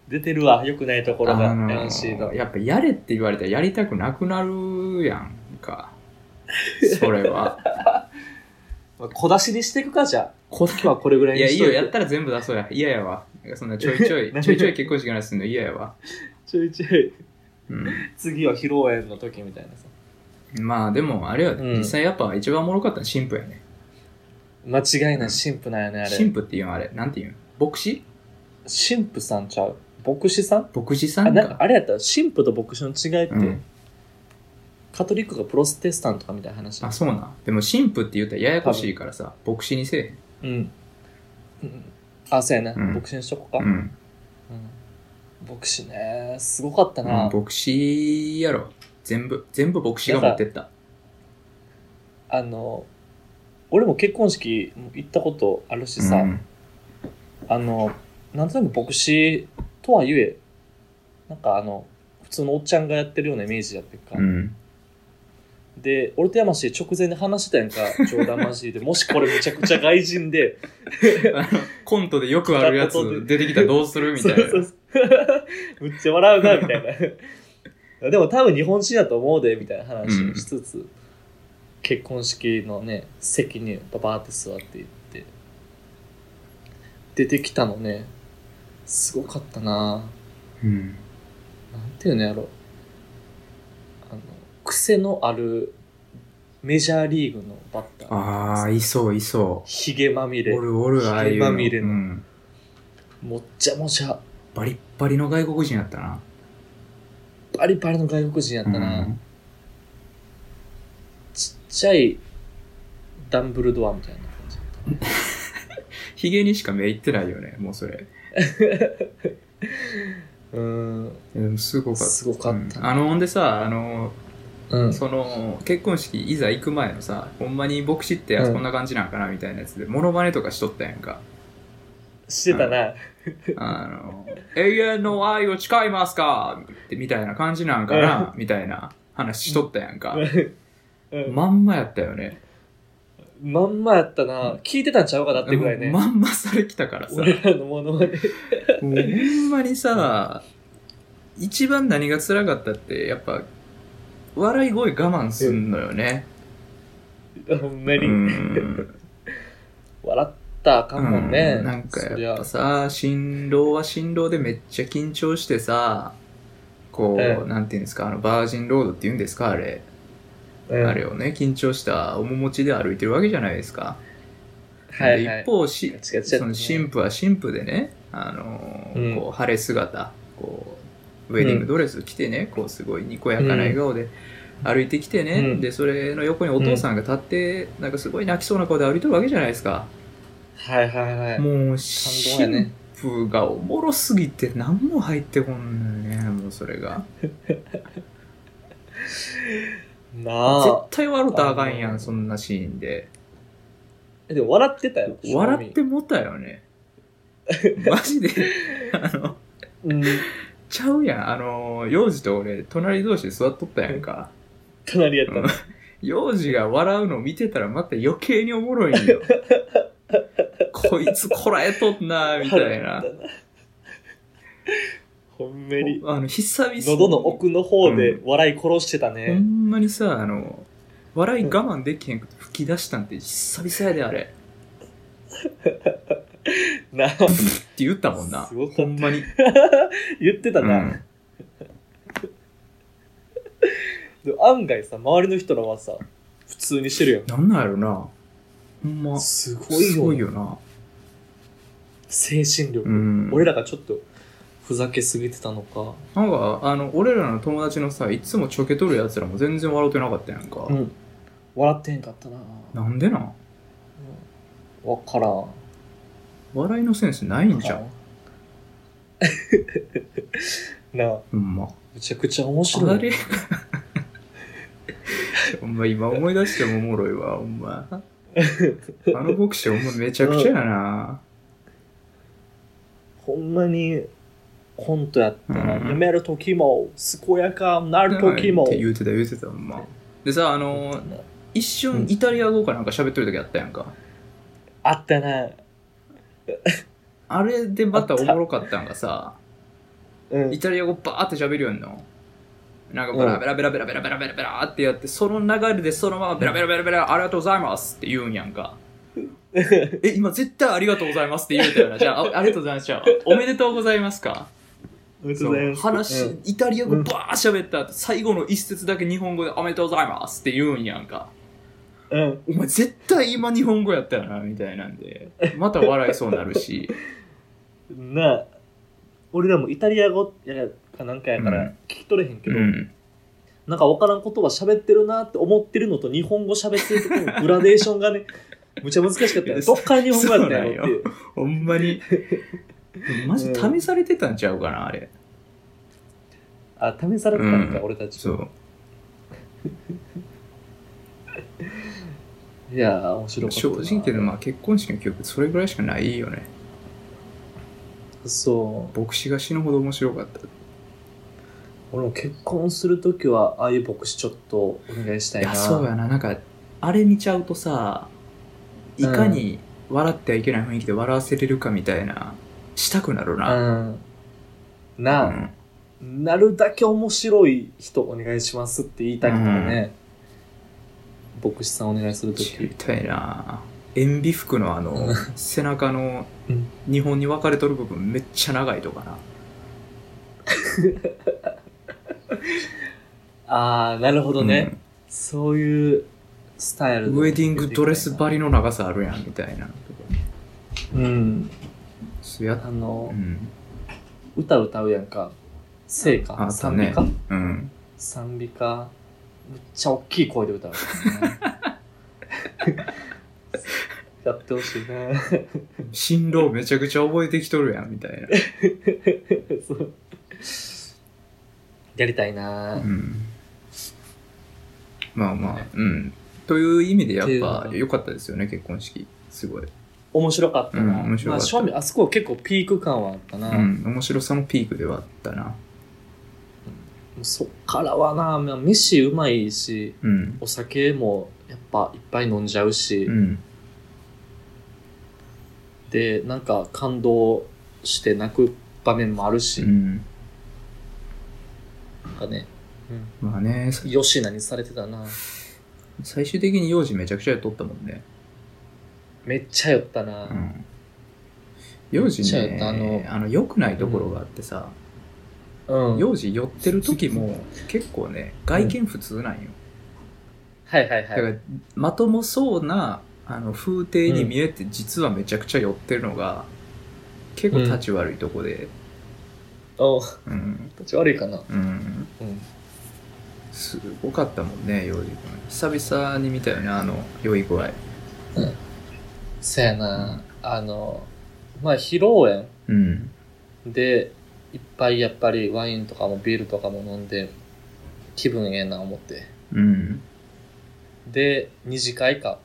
Speaker 2: 出てるわよくないところが
Speaker 1: あのー
Speaker 2: NC の
Speaker 1: やっぱやれって言われたらやりたくなくなるやんかそれは
Speaker 2: まあ小出しにしていくかじゃあ
Speaker 1: こ
Speaker 2: 今日はこれぐら
Speaker 1: い
Speaker 2: いに
Speaker 1: やい
Speaker 2: し
Speaker 1: い
Speaker 2: とい
Speaker 1: よ
Speaker 2: て
Speaker 1: やったら全部出そうや嫌やわなんかそんなちょいちょい
Speaker 2: 何
Speaker 1: ちょいちょい結婚式の話すんの嫌やわ、
Speaker 2: ちょいちょい
Speaker 1: うん、
Speaker 2: 次は披露宴の時みたいなさ
Speaker 1: まあでもあれは
Speaker 2: うん
Speaker 1: 実際やっぱ一番おもろかったのは新婦やね
Speaker 2: 間違いない神父なんやねあれ
Speaker 1: 新婦っていうのあれなんていうん牧師
Speaker 2: 神父さんちゃう牧師さん
Speaker 1: 牧師さ
Speaker 2: あ
Speaker 1: んか
Speaker 2: なんかあれやったら神父と牧師の違いって、
Speaker 1: うん
Speaker 2: カトリックがプロステスタントかみたいな話
Speaker 1: あそうなんでも神父って言ったらややこしいからさ牧師にせえへ
Speaker 2: うん、うん、あそうやな、
Speaker 1: うん
Speaker 2: 牧師にしとこうか、
Speaker 1: ん、うん
Speaker 2: うん牧師ねすごかったな、
Speaker 1: うん、牧師やろ全部全部牧師が持ってった
Speaker 2: あの俺も結婚式行ったことあるしさ、
Speaker 1: うん
Speaker 2: あのなんとなく牧師とはいえなんかあの普通のおっちゃんがやってるようなイメージやってる
Speaker 1: う
Speaker 2: か、
Speaker 1: ん、
Speaker 2: で俺と山氏直前で話してたやんか冗談交じりでもしこれめちゃくちゃ外人で
Speaker 1: あの コントでよくあるやつ出てきたらどうするみたいな
Speaker 2: そうそうそうむっちゃ笑うなみたいなでも多分日本人だと思うでみたいな話をしつつ、結婚式のね席にババーって座っていって出てきたのねすごかったな
Speaker 1: うん
Speaker 2: なんていうのやろあの癖のあるメジャーリーグのバッター
Speaker 1: ああいそういそ
Speaker 2: ひげまみ
Speaker 1: う
Speaker 2: れ
Speaker 1: おるおるああいう
Speaker 2: ひげまみれの
Speaker 1: うん
Speaker 2: もっちゃもちゃ
Speaker 1: バリッバリの外国人やったな
Speaker 2: バリバリの外国人やったな、
Speaker 1: うん
Speaker 2: ちっちゃいダンブルドアみたいな感じだった
Speaker 1: ヒゲにしか目いってないよねもうそれ
Speaker 2: うーん
Speaker 1: でもすごかった
Speaker 2: すごかった
Speaker 1: うんあのほんでさあの
Speaker 2: うん
Speaker 1: その結婚式いざ行く前のさほんまに牧師ってや
Speaker 2: う
Speaker 1: つ
Speaker 2: ん
Speaker 1: こんな感じなんかなみたいなやつでモノマネとかしとったやんか
Speaker 2: してたな、
Speaker 1: あの永遠の愛を誓いますかってみたいな感じなんかなみたいな話しとったやんか
Speaker 2: うん
Speaker 1: まんまやったよね
Speaker 2: まんまやったな聞いてたんちゃうかなってぐらいね、
Speaker 1: まんまそれ来たからさ
Speaker 2: 俺らのものまで
Speaker 1: もうほんまにさ、一番何が辛かったって、やっぱ、笑い声我慢すんのよね。
Speaker 2: ほんま
Speaker 1: う
Speaker 2: に、
Speaker 1: ん。
Speaker 2: 笑ったらあかんもんね、
Speaker 1: うんなんか
Speaker 2: そり
Speaker 1: やっ
Speaker 2: ゃ
Speaker 1: ぱさ、新郎は新郎でめっちゃ緊張してさ、こう、
Speaker 2: ええ
Speaker 1: なんていうんですか、あの、バージンロードって言うんですか、あれ。
Speaker 2: うん
Speaker 1: あれをね、緊張した面持ちで歩いてるわけじゃないですか。
Speaker 2: はいは
Speaker 1: で
Speaker 2: い
Speaker 1: 一方し、
Speaker 2: ガチガチやっ
Speaker 1: そ
Speaker 2: た
Speaker 1: の
Speaker 2: ね
Speaker 1: 新婦は新婦でね、あのー
Speaker 2: うん
Speaker 1: こう晴れ姿こうウェディングドレス着てね、こうすごいにこやかな笑顔で歩いてきてね、
Speaker 2: うん
Speaker 1: でそれの横にお父さんが立って、なんかすごい泣きそうな顔で歩いてるわけじゃないですか、
Speaker 2: はいはいはい
Speaker 1: もう
Speaker 2: 動や
Speaker 1: 新
Speaker 2: ね
Speaker 1: 婦がおもろすぎて何も入ってこんのよねもうそれが絶
Speaker 2: なあ
Speaker 1: 対笑うたらあかんや
Speaker 2: あ
Speaker 1: ん
Speaker 2: の
Speaker 1: そんなシーンで
Speaker 2: えでも笑ってたよ
Speaker 1: 笑ってもたよ ねマジであの
Speaker 2: うん
Speaker 1: ちゃうやん。あの、幼児と俺、隣同士で座っとったやんか。
Speaker 2: 隣やったな、
Speaker 1: 幼児が笑うのを見てたらまた余計におもろいん よ。こいつこらえとんな、みたいな。
Speaker 2: ほんまに
Speaker 1: あの、久々に。
Speaker 2: 喉の奥の方で笑い殺してたね、
Speaker 1: ほんまにさ、あの、笑い我慢できへんくて吹き出したんて久々やで、あれ。
Speaker 2: なあ
Speaker 1: って言ったもんな。
Speaker 2: すごかった
Speaker 1: ほんまに。
Speaker 2: 言ってたな、
Speaker 1: うん
Speaker 2: でも案外さ周りの人らはさ普通にしてる
Speaker 1: なんなんやろな。ほんま。
Speaker 2: やん
Speaker 1: す
Speaker 2: すごいよ
Speaker 1: ごいよな。
Speaker 2: 精神力、
Speaker 1: うん。
Speaker 2: 俺らがちょっとふざけすぎてたのか
Speaker 1: なんか、あの、俺らの友達のさ、いつもちょけとるやつらも全然笑ってなかったやんか。
Speaker 2: ん笑ってへんかったな
Speaker 1: なんでなん
Speaker 2: わからん
Speaker 1: 笑いのセンスないんじゃん。
Speaker 2: なあ
Speaker 1: ほんま。
Speaker 2: めちゃくちゃ面白
Speaker 1: あ
Speaker 2: い
Speaker 1: れほんま今思い出してもおもろいわ、ほ んま。あの牧師ほんまめちゃくちゃやな。
Speaker 2: ほんまにコントやったら、
Speaker 1: うん
Speaker 2: やめる時も健やかなる時も
Speaker 1: って言うてた言うてた、ほんま。でさ、あの、一瞬イタリア語かなんか喋っとる時あったやんか。
Speaker 2: あったな
Speaker 1: あれでまたおもろかったんがさ、
Speaker 2: うん
Speaker 1: イタリア語バーって喋るよんの。なんかベラベラベラベラベラベラベラベラってやって、その流れでそのままベラベラベラベラありがとうございますって言うんやんか。え、今絶対ありがとうございますって言うたよな。じゃあ、あありがとうございます。じゃあ、おめでとうございますか。
Speaker 2: おめでと
Speaker 1: そ
Speaker 2: うございうます
Speaker 1: 話、
Speaker 2: うん
Speaker 1: イタリア語バー喋った後、最後の一節だけ日本語でおめでとうございますって言うんやんか。
Speaker 2: うん
Speaker 1: お前 絶対今日本語やったよな、みたいなんで。また笑いそうになるし。
Speaker 2: なあ俺らもイタリア語やかなんかやか
Speaker 1: う
Speaker 2: ら
Speaker 1: ん
Speaker 2: 聞き取れへんけ
Speaker 1: う
Speaker 2: ど、
Speaker 1: ん、
Speaker 2: なんか分からん言葉喋ってるなって思ってるのと日本語喋ってるとこのグラデーション がねむちゃ難しかったよどっから日本語やったんやろっていう
Speaker 1: ほんま にマジ試されてたんちゃうかなあれ
Speaker 2: あ試されてたのか、
Speaker 1: うん
Speaker 2: 俺たち
Speaker 1: そう
Speaker 2: いやー面白かった
Speaker 1: 正
Speaker 2: な
Speaker 1: 直けどまあ結婚式の記憶それぐらいしかないよね
Speaker 2: そう
Speaker 1: 牧師が死ぬほど面白かった
Speaker 2: 俺も結婚するときはああいう牧師ちょっとお願いしたい
Speaker 1: い
Speaker 2: な
Speaker 1: やそうやななんかあれ見ちゃうとさいかに笑ってはいけない雰囲気で笑わせれるかみたいなしたくなるな、
Speaker 2: うん
Speaker 1: う
Speaker 2: なあ、
Speaker 1: ん
Speaker 2: なるだけ面白い人お願いしますって言いたいけどね、牧師さんお願いすると
Speaker 1: 知
Speaker 2: き
Speaker 1: りたいな塩ビ服のあの
Speaker 2: うん
Speaker 1: 背中の
Speaker 2: うん
Speaker 1: 日本に分かれとる部分めっちゃ長いとかな
Speaker 2: ああなるほどね、そういうスタイ
Speaker 1: う
Speaker 2: ル
Speaker 1: んウェディングドレスばりの長さあるやんみたいな
Speaker 2: うん
Speaker 1: そうやっ
Speaker 2: あの
Speaker 1: う、ん
Speaker 2: 歌歌うやんか聖歌、
Speaker 1: あそう
Speaker 2: 賛美
Speaker 1: ね
Speaker 2: 歌
Speaker 1: うん
Speaker 2: 賛美歌むっちゃ大きい声 で歌うからねやってほしいな
Speaker 1: 新郎めちゃくちゃ覚えてきとるやんみたいな
Speaker 2: そうやりたいな、
Speaker 1: うんまあまあ、うん。という意味でやっぱ良かったですよね、結婚式。すごい。
Speaker 2: 面白かったな、
Speaker 1: うん面白かった
Speaker 2: まあ、正味あそこは結構ピーク感はあったな、
Speaker 1: う
Speaker 2: も
Speaker 1: ん。面白さのピークではあったな。
Speaker 2: うそっからはなまあ飯うまいし
Speaker 1: うん。
Speaker 2: お酒もやっぱいっぱい飲んじゃうし、
Speaker 1: うん。
Speaker 2: でなんか感動して泣く場面もあるし、
Speaker 1: うん。
Speaker 2: なんかね、
Speaker 1: まあね、さ
Speaker 2: よしなにされてたな
Speaker 1: 最終的に幼児めちゃくちゃ取ったもんね。
Speaker 2: めっちゃ酔ったな、
Speaker 1: うん。幼児
Speaker 2: めっ
Speaker 1: ね、
Speaker 2: ちゃ
Speaker 1: あ
Speaker 2: あ
Speaker 1: の
Speaker 2: の、
Speaker 1: 良くないところがあってさ、
Speaker 2: うん
Speaker 1: 幼児寄ってる時も結構ね、外見普通なんよ。
Speaker 2: はいはい
Speaker 1: だか
Speaker 2: は
Speaker 1: ら
Speaker 2: い、
Speaker 1: まともそうな、あの、風景に見えて、実はめちゃくちゃ寄ってるのが、結構立ち悪いとこで、
Speaker 2: お
Speaker 1: うん
Speaker 2: 立ち悪いかな、
Speaker 1: うん
Speaker 2: うん、
Speaker 1: すごかったもんね、幼児君。久々に見たよね、あの、良い具合。
Speaker 2: そやなあのまあ披露宴
Speaker 1: うん。
Speaker 2: でいっぱいやっぱりワインとかもビールとかも飲んで気分ええな思って
Speaker 1: うん。
Speaker 2: で二次会か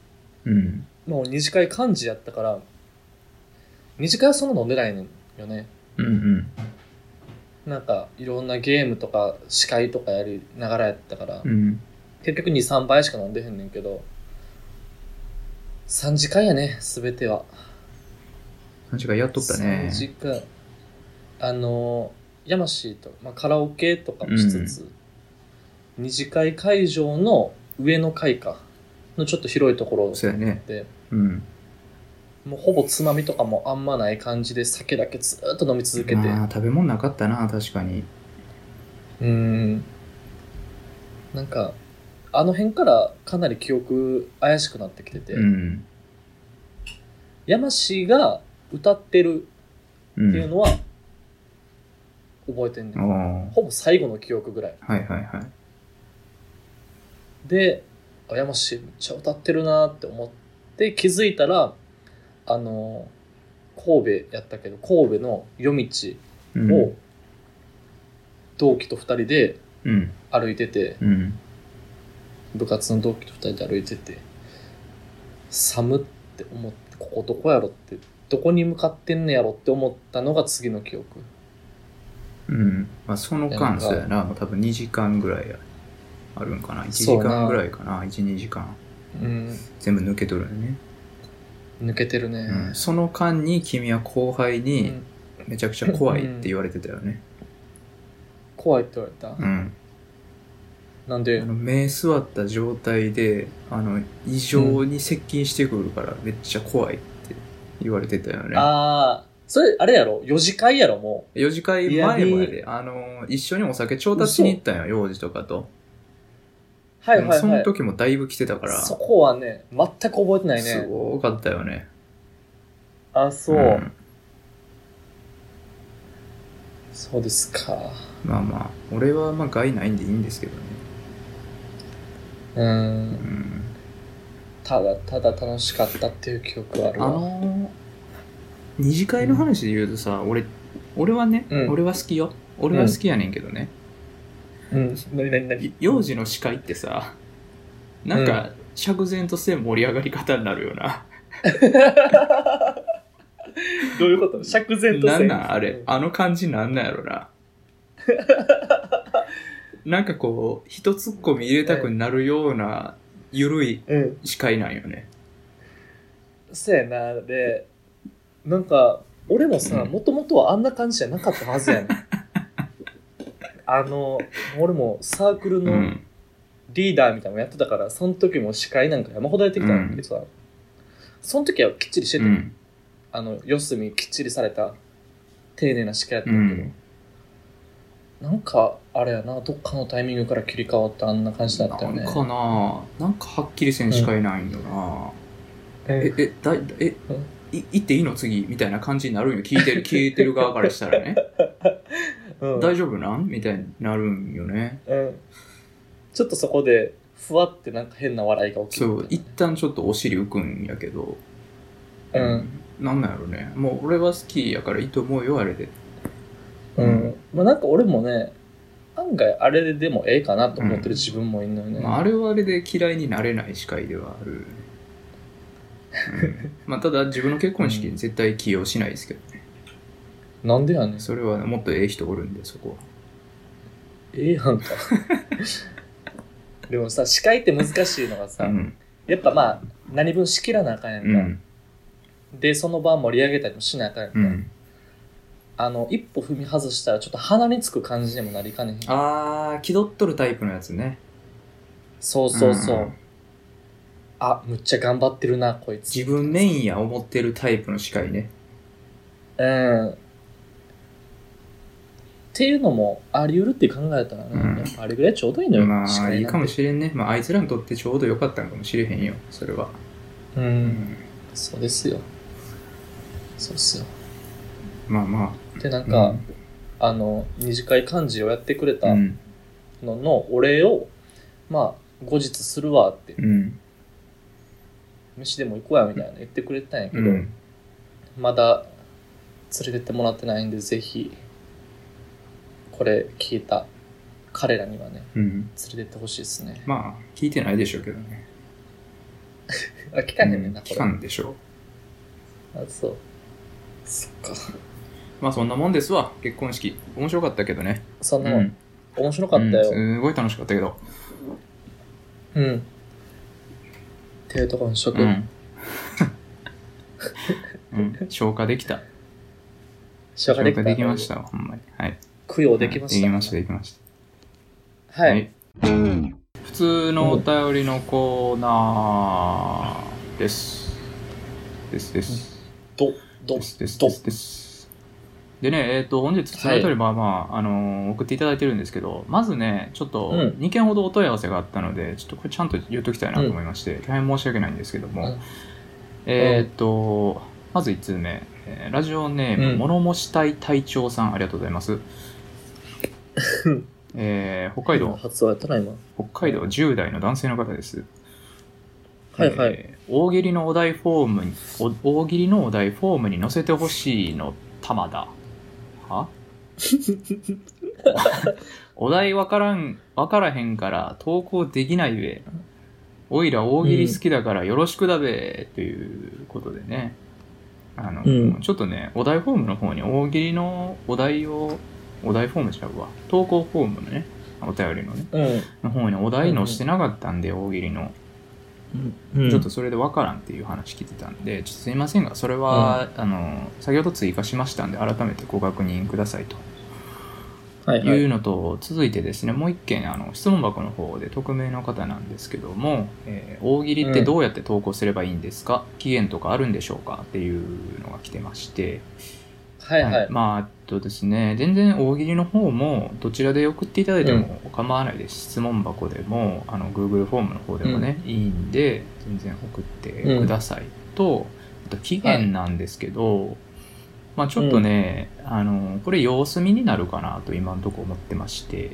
Speaker 1: うん。
Speaker 2: もう二次会幹事やったから二次会はそんな飲んでないのよね
Speaker 1: うんうん。
Speaker 2: なんかいろんなゲームとか司会とかやりながらやったから、
Speaker 1: うん。
Speaker 2: 結局23杯しか飲んでへんねんけど3次会やね全ては
Speaker 1: 三時間やっとったね
Speaker 2: 3。時間あのヤマシーと、まあ、カラオケとかもしつつ、二次会会場の上の階かのちょっと広いところ
Speaker 1: そうやね。
Speaker 2: で
Speaker 1: うん。
Speaker 2: もうほぼつまみとかもあんまない感じで酒だけずーっと飲み続けて
Speaker 1: ああ、食べ物なかったな、確かに。
Speaker 2: うんなんかあの辺からかなり記憶怪しくなってきてて、
Speaker 1: うん。
Speaker 2: ヤマシーが歌ってる
Speaker 1: う。
Speaker 2: っていうんのは覚えてんね
Speaker 1: お
Speaker 2: ん、
Speaker 1: ー
Speaker 2: ほぼ最後の記憶ぐらい
Speaker 1: はいはいはい。
Speaker 2: で、あ、山氏めっちゃ歌ってるなって思って気づいたら、あの、神戸やったけど、神戸の夜道
Speaker 1: うん。
Speaker 2: を同期と二人で
Speaker 1: うん。
Speaker 2: 歩いてて、
Speaker 1: うん。
Speaker 2: 部活の同期と二人で歩いてて、寒って思って、ここどこやろって、どこに向かってんねやろって思ったのが次の記憶。
Speaker 1: うん。まあ、その
Speaker 2: な
Speaker 1: 間、
Speaker 2: んか
Speaker 1: そうやな、もう多分2時間ぐらいあるんかな。1時
Speaker 2: そうな
Speaker 1: 間ぐらいかな。1、2時間。
Speaker 2: うん、
Speaker 1: 全部抜けとるよね。
Speaker 2: 抜けてるね。
Speaker 1: うん。その間に、君は後輩
Speaker 2: う
Speaker 1: に
Speaker 2: ん、
Speaker 1: めちゃくちゃ怖いって言われてたよね。
Speaker 2: 怖いって言われた。
Speaker 1: うん、
Speaker 2: なん
Speaker 1: あ
Speaker 2: で、
Speaker 1: の目座った状態であの異常に接近してくるからめっちゃ怖いって言われてたよね。
Speaker 2: ああ、それ、あれやろ四次会やろもう。
Speaker 1: 4次会
Speaker 2: リア
Speaker 1: 前
Speaker 2: ル
Speaker 1: もやで、あの、一緒にお酒調達しに行ったんよ、幼児とかと。
Speaker 2: はいはいはい。
Speaker 1: その時もだいぶ来てたから、
Speaker 2: そこはね、全く覚えてない
Speaker 1: す
Speaker 2: ね。
Speaker 1: ごかったよね。
Speaker 2: あ、そう。
Speaker 1: ん
Speaker 2: そうですか。
Speaker 1: まあまあ俺はまあ害ないんでいいんですけどね
Speaker 2: う。
Speaker 1: うんん
Speaker 2: ただただ楽しかったっていう記憶はあ
Speaker 1: あ
Speaker 2: るわ。
Speaker 1: のー二次会の話で言うとさ、俺俺はね、
Speaker 2: うん
Speaker 1: 俺は好きよ俺は好きやねんけどね、
Speaker 2: うん。なになになに
Speaker 1: 幼児の司会ってさなんか釈然として盛り上がり方になるよ な、
Speaker 2: どういうこと釈然と
Speaker 1: なん
Speaker 2: せ
Speaker 1: なんあれあの感じなんなんやろ ななんかこう一ツッコミ入れたくなるようなゆるい
Speaker 2: うん。
Speaker 1: 司会なんよね
Speaker 2: そうやな。で、なんか、俺もさ、
Speaker 1: うん
Speaker 2: もともとはあんな感じじゃなかったはず やねん。あの、俺もサークル
Speaker 1: う
Speaker 2: の
Speaker 1: ん
Speaker 2: リーダーみたいなのやってたから、その時も司会なんか山ほどやってきたんだけどさ、その時はきっちりして
Speaker 1: う
Speaker 2: て、
Speaker 1: ん
Speaker 2: あの、四隅きっちりされた、丁寧な司会やった
Speaker 1: うん
Speaker 2: だけど、
Speaker 1: ん
Speaker 2: なんか、あれやな、どっかのタイミングから切り替わってあんな感じだったよ
Speaker 1: な
Speaker 2: ね
Speaker 1: ん。かななんかはっきりせん司会なんよな、
Speaker 2: うん
Speaker 1: ええだいえい行っていいの次みたいな感じになるんよ聞いてる聞いてる側からしたらね
Speaker 2: うん
Speaker 1: 大丈夫なんみたいになるんよね
Speaker 2: うんちょっとそこで、ふわってなんか変な笑いが起き
Speaker 1: そ
Speaker 2: る
Speaker 1: う一旦ちょっとお尻浮くんやけど
Speaker 2: うん。
Speaker 1: なんなんやろねもう俺は好きやからいいと思うよあれで
Speaker 2: う。
Speaker 1: うん
Speaker 2: まあなんか俺もね、案外あれでもええかなと思ってる自分もいんのよね。
Speaker 1: まあ、あれはあれで嫌いになれない司会ではあるよね、 うんまあ、ただ自分の結婚式に絶対起用しないですけどね、
Speaker 2: なんでやねん。
Speaker 1: それはもっとええ人おるんでそこは
Speaker 2: ええやんか。でもさ、司会って難しいのがさ、
Speaker 1: うん
Speaker 2: やっぱまあ、何分仕切らなあかんやん
Speaker 1: う
Speaker 2: か。
Speaker 1: ん
Speaker 2: で、その場盛り上げたりもしなあかんやんか。
Speaker 1: うん
Speaker 2: あの、一歩踏み外したらちょっと鼻につく感じにもなりかねへん。
Speaker 1: あー気取っとるタイプのやつね
Speaker 2: そうそうそう。
Speaker 1: うん
Speaker 2: あ、むっちゃ頑張ってるな、こいつ。
Speaker 1: 自分メインや思ってるタイプの司会ね
Speaker 2: うん。っていうのもあり得るって考えたらね、
Speaker 1: うん
Speaker 2: やっぱあれぐらいちょうどいいのよ。
Speaker 1: ま
Speaker 2: 司
Speaker 1: あ
Speaker 2: 会
Speaker 1: いい
Speaker 2: なんて
Speaker 1: かもしれんねまああいつらにとってちょうどよかったんかもしれへんよそれは
Speaker 2: う、
Speaker 1: うん
Speaker 2: そうですよ。そうですよ。
Speaker 1: まあま
Speaker 2: で、な
Speaker 1: あ
Speaker 2: んか、あの、二次会幹事をやってくれ
Speaker 1: う
Speaker 2: たの
Speaker 1: ん
Speaker 2: のお礼を、まあ、後日するわって
Speaker 1: う、ん
Speaker 2: 飯でも行こうやみたいな言ってくれてたんやけ
Speaker 1: う
Speaker 2: ど、
Speaker 1: ん
Speaker 2: まだ連れてってもらってないんで、ぜひ、これ聞いた彼らにはね、
Speaker 1: うん
Speaker 2: 連れてってほしいですね。
Speaker 1: まあ聞いてないでしょうけどね
Speaker 2: あ、聞かへんねんな、
Speaker 1: うん
Speaker 2: こ
Speaker 1: 聞
Speaker 2: れ
Speaker 1: か。んでしょう
Speaker 2: あ、そう。そっか。
Speaker 1: まあそんなもんですわ結婚式面白かったけどね
Speaker 2: そんな
Speaker 1: う
Speaker 2: もん
Speaker 1: ん、
Speaker 2: 面白かったよ。
Speaker 1: う
Speaker 2: うん。
Speaker 1: んすごい楽しかったけど
Speaker 2: っていうところにしとく。
Speaker 1: うん、うん、 消化できた
Speaker 2: 消化できた。
Speaker 1: できまし。たわほんまにはい
Speaker 2: 供養できました。
Speaker 1: できましたできました
Speaker 2: はい。
Speaker 1: 普通のお便りのコーナーです。ですです。
Speaker 2: ど、ど
Speaker 1: で、すですですです。でね、えっ、と、本日、普通のお便りは、まあ、あのー送っていただいてるんですけど、まずね、ちょっと
Speaker 2: うん
Speaker 1: 2件ほどお問い合わせがあったので、ちょっとこれちゃんと言っときたいなと思いまして、大変申し訳ないんですけども、
Speaker 2: うん
Speaker 1: えっ、と、まず1通目、えーラジオネーム、
Speaker 2: うん
Speaker 1: 物申したい隊長さん、ありがとうござい ます。えー北海道、
Speaker 2: 発音やったな、今。
Speaker 1: 北海道10代の男性の方です。
Speaker 2: はいはい。
Speaker 1: えー大喜利のお題フォームにお大喜利のお題フォームに載せてほしいの玉だ はお題わからんわからへんから投稿できないべおいら大喜利好きだからよろしくだべ、ということでねあの、
Speaker 2: うん
Speaker 1: ちょっとねお題フォームの方に大喜利のお題をお題フォームちゃうわ投稿フォームのねお便りのね
Speaker 2: う
Speaker 1: の
Speaker 2: ん
Speaker 1: 方にお題載してなかったんで、大喜利の
Speaker 2: うん。
Speaker 1: ちょっとそれで分からんっていう話聞いてたんで、ちょっとすいませんが、それは、あの、先ほど追加しましたんで、改めてご確認くださいと
Speaker 2: はいはいい。
Speaker 1: うのと、続いてですね、もう一件、あの、質問箱の方で匿名の方なんですけども、えー大喜利ってどうやって投稿すればいいんですか、期限とかあるんでしょうかっていうのが来てまして、
Speaker 2: はいはい。
Speaker 1: まあ、えっとですね、全然大喜利の方も、どちらで送っていただいても構わないです。質問箱でも、あの、Google フォームの方でもね、いいんで、全然送ってください。と、あと、期限なんですけど、まあちょっとね、あのこれ様子見になるかなと今のとこ思ってまして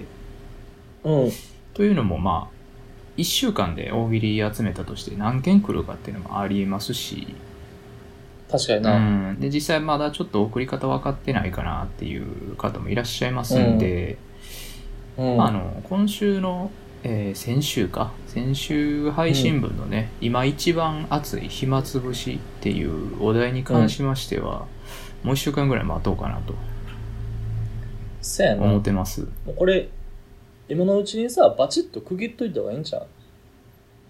Speaker 2: うん。
Speaker 1: というのもまあ1週間で大喜利集めたとして何件来るかっていうのもありますし、
Speaker 2: 確かに
Speaker 1: う
Speaker 2: な。
Speaker 1: ん、で実際まだちょっと送り方分かってないかなっていう方もいらっしゃいますんで、
Speaker 2: うん。
Speaker 1: あの今週の、えー先週か先週配信分のね、今一番熱い暇つぶしっていうお題に関しましては、もう1週間ぐらい待とうかなと
Speaker 2: そうやな。
Speaker 1: 思っ
Speaker 2: も
Speaker 1: てます、
Speaker 2: うこれ、今のうちにさ、バチッと区切っといた方がいいんちゃう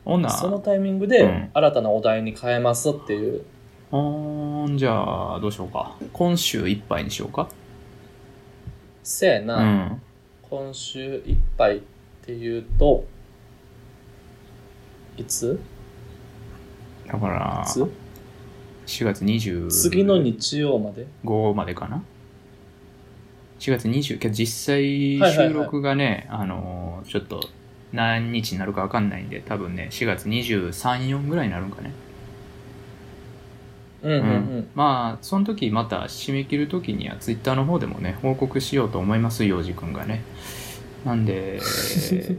Speaker 1: 女
Speaker 2: その
Speaker 1: あ
Speaker 2: タイミング
Speaker 1: う
Speaker 2: で
Speaker 1: ん
Speaker 2: 新たなお題に変えますっていう。
Speaker 1: ーんじゃあどうしようか今週いっぱいにしようか
Speaker 2: せやな、
Speaker 1: うん
Speaker 2: 今週いっぱいっていうと、いつ
Speaker 1: だから
Speaker 2: いつ
Speaker 1: 4月25
Speaker 2: 次の日曜まで。
Speaker 1: までかな4月20けど実際
Speaker 2: はいはいはい
Speaker 1: 収録がね、あのーちょっと何日になるか分かんないんで多分ね4月234ぐらいになるんかね、
Speaker 2: うんうんうん。
Speaker 1: うんまあその時また締め切る時にはツイッターの方でもね報告しようと思いますようじくんがねなん で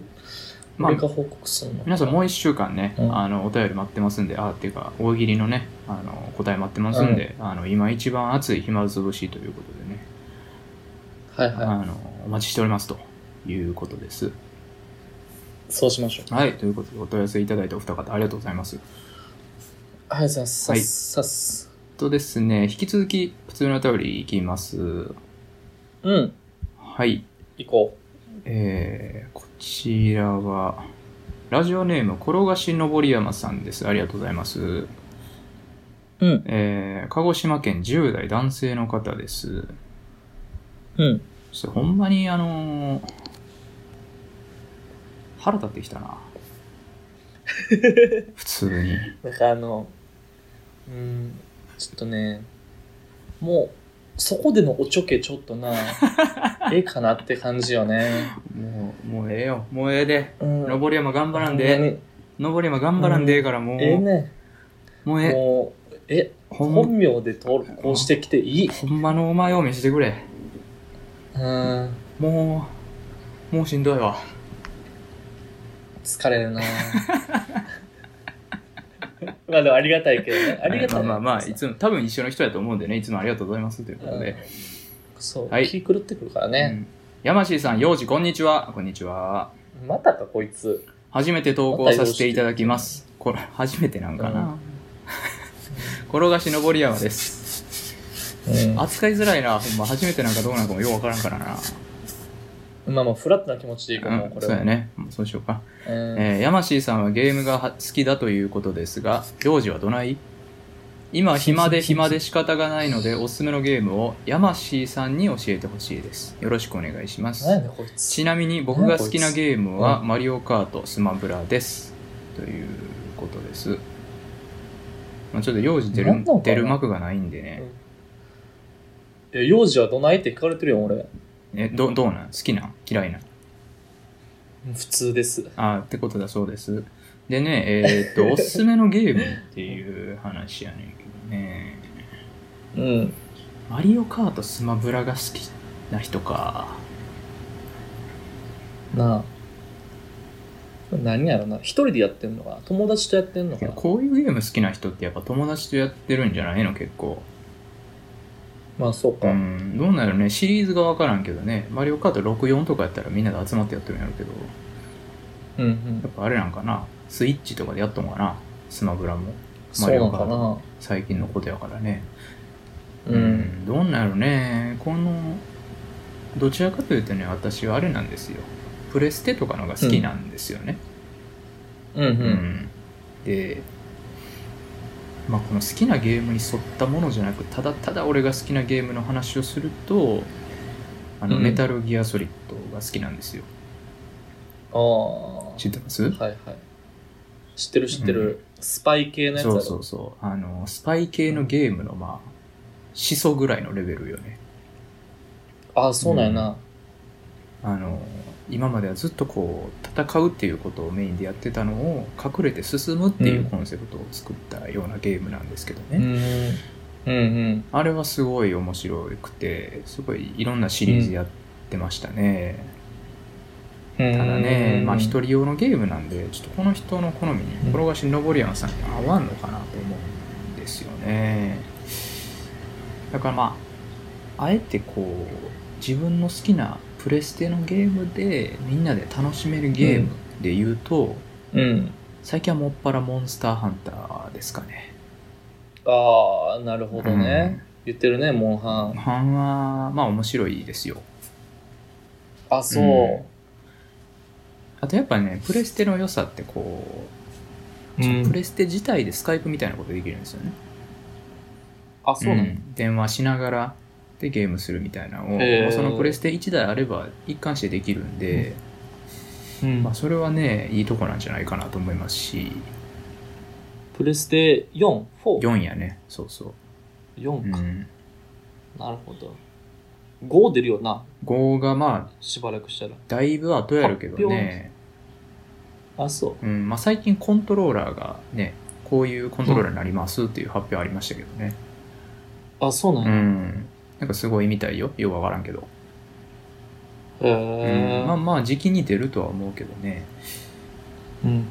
Speaker 1: まあ
Speaker 2: 俺が報告するの。
Speaker 1: 皆さんもう1週間ね、
Speaker 2: うん
Speaker 1: あのお便り待ってますんであっていうか大喜利のねあの答え待ってますんで、あの今一番熱い暇つぶしということでね、
Speaker 2: はいは
Speaker 1: あのお待ちしておりますということです
Speaker 2: い。そうしましょう。
Speaker 1: はいということでお問い合わせいただいたお二方ありがとうございます
Speaker 2: はい、さっさっ
Speaker 1: はい
Speaker 2: さっす。
Speaker 1: とですね引き続き普通のお便りいきます
Speaker 2: うん。
Speaker 1: はい
Speaker 2: 行こ
Speaker 1: えー、こちらはラジオネーム転がしのぼり山さんですありがとうございます
Speaker 2: う。うん。
Speaker 1: えー、鹿児島県10代男性の方です
Speaker 2: うん。
Speaker 1: それほんまにあのー腹立ってきた な普通に
Speaker 2: なんかあの、うん、ちょっとね、もう、そこでのおちょけちょっと な、ええかなって感じよね。
Speaker 1: もうもうええよもうええで
Speaker 2: うん。
Speaker 1: 登山頑張らん
Speaker 2: ほま
Speaker 1: で
Speaker 2: に
Speaker 1: 登山頑張らんでええからもう、
Speaker 2: ええね。
Speaker 1: もうええ
Speaker 2: もう、え、
Speaker 1: ほん
Speaker 2: 本名で投稿してきていい。
Speaker 1: ほんまのお前を見せてくれ
Speaker 2: うん。
Speaker 1: もうもうしんどいわ
Speaker 2: 疲れるな まあでもありがたいけどね。ありがたい。
Speaker 1: まあまあまあいつも多分一緒の人やと思うんでねいつもありがとうございますということで、
Speaker 2: そう、
Speaker 1: はい
Speaker 2: 気狂ってくるから
Speaker 1: う
Speaker 2: ね。
Speaker 1: ん山椎さん陽次こんにちはこんにちは
Speaker 2: またかこいつ。
Speaker 1: 初めて投稿させていただきますこれ初めてなんかな、
Speaker 2: うん
Speaker 1: 転がし登山です
Speaker 2: うん
Speaker 1: 扱いづらいなほんま初めてなんかどうなんかもようわからんからな
Speaker 2: まあまあ、フラットな気持ちでいくも、
Speaker 1: うん
Speaker 2: こ
Speaker 1: ん
Speaker 2: れ
Speaker 1: そう
Speaker 2: は。
Speaker 1: やねうんそうしようか
Speaker 2: うん
Speaker 1: えー、ヤマシーさんはゲームがは好きだということですが、行事はどない今、暇 で暇で仕方がないので、おすすめのゲームをヤマシーさんに教えてほしいです。よろしくお願いしま
Speaker 2: 何や
Speaker 1: す。
Speaker 2: ねんこいつ。
Speaker 1: ちなみに僕が好きなゲーム
Speaker 2: う
Speaker 1: は、マリオカートスマブラです。ということです。まあ、ちょっと行事出る
Speaker 2: なんなんかな
Speaker 1: 出る幕がないんでね。
Speaker 2: いや、幼児はどないって聞かれてるよ、俺。
Speaker 1: え、どどうなん好きなん嫌いなん
Speaker 2: 普通です。
Speaker 1: あーってことだそうです。でね、えーっ と、おすすめのゲームっていう話やねんけどね。
Speaker 2: うん。
Speaker 1: マリオカートスマブラが好きな人か。
Speaker 2: なあ。何やろな。一人でやってんのかな友達とやってんの
Speaker 1: い
Speaker 2: か
Speaker 1: や
Speaker 2: な
Speaker 1: こういうゲーム好きな人ってやっぱ友達とやってるんじゃないの結構。
Speaker 2: まあ、そう
Speaker 1: う
Speaker 2: か。
Speaker 1: ん。どうなるね。シリーズがわからんけどね。マリオカート64とかやったらみんなで集まってやってるんやろうけど。
Speaker 2: うんうん
Speaker 1: やっぱあれなんかな。スイッチとかでやっとんかな。スマブラも。
Speaker 2: そうなんか
Speaker 1: マリオ
Speaker 2: な。
Speaker 1: 最近のことやからね。
Speaker 2: うん。
Speaker 1: どうなるね。この、どちらかというとね、私はあれなんですよ。プレステとかのが好きなんですよね。
Speaker 2: うんう。
Speaker 1: うんん、で、まあ、この好きなゲームに沿ったものじゃなくただただ俺が好きなゲームの話をするとあの、
Speaker 2: うん
Speaker 1: メタルギアソリッドが好きなんですよ
Speaker 2: ああ。
Speaker 1: 知ってます、
Speaker 2: はいはい。知ってる知ってる。スパイ系のやつだ
Speaker 1: そ
Speaker 2: ろ。
Speaker 1: うそうそうあのスパイ系のゲームのまあ始祖ぐらいのレベルよね
Speaker 2: ああ、そうなんやな。
Speaker 1: あの今まではずっとこう戦うっていうことをメインでやってたのを隠れて進むっていうコンセプトを作ったようなゲームなんですけどね、
Speaker 2: うん。うんうん。
Speaker 1: あれはすごい面白くてすごいいろんなシリーズやってましたね、
Speaker 2: た
Speaker 1: ただね、まあ、一人用のゲームなんで、ちょっとこの人の好みに、転がしのぼりやんさんに合わんのかなと思うんですよね。だからまあ、あえてこう、自分の好きなプレステのゲームで、みんなで楽しめるゲームで言うと、
Speaker 2: うん。
Speaker 1: 最近はもっぱらモンスターハンターですかね。
Speaker 2: ああ、なるほどね。言ってるね、モンハン。
Speaker 1: ハンは、まあ面白いですよ。
Speaker 2: あ、そう。
Speaker 1: あとやっぱね、プレステの良さってこう、
Speaker 2: うん
Speaker 1: プレステ自体でスカイプみたいなことできるんですよね。
Speaker 2: あ、そうなの、
Speaker 1: ん電話しながらでゲームするみたいなのを、
Speaker 2: へー
Speaker 1: もうそのプレステ1台あれば一貫してできるんで、
Speaker 2: うん
Speaker 1: まあ、それはねいいとこなんじゃないかなと思いますし
Speaker 2: プレステ 4?4? 4,
Speaker 1: 4やねそうそう、う
Speaker 2: か、
Speaker 1: ん、
Speaker 2: なるほど。5出るよな。
Speaker 1: 5がまあ
Speaker 2: しばらくしたら。
Speaker 1: だいぶ後やるけどね、
Speaker 2: あ、そう。
Speaker 1: うんまあ、最近コントローラーがねこういうコントローラーになりますっていう発表ありましたけどね
Speaker 2: あ、そうなん
Speaker 1: う
Speaker 2: や。
Speaker 1: んなんかすごいみたいよようわからんけど、
Speaker 2: へ
Speaker 1: う
Speaker 2: え。
Speaker 1: ん、まあまあ時期に出るとは思うけどね
Speaker 2: うんうん。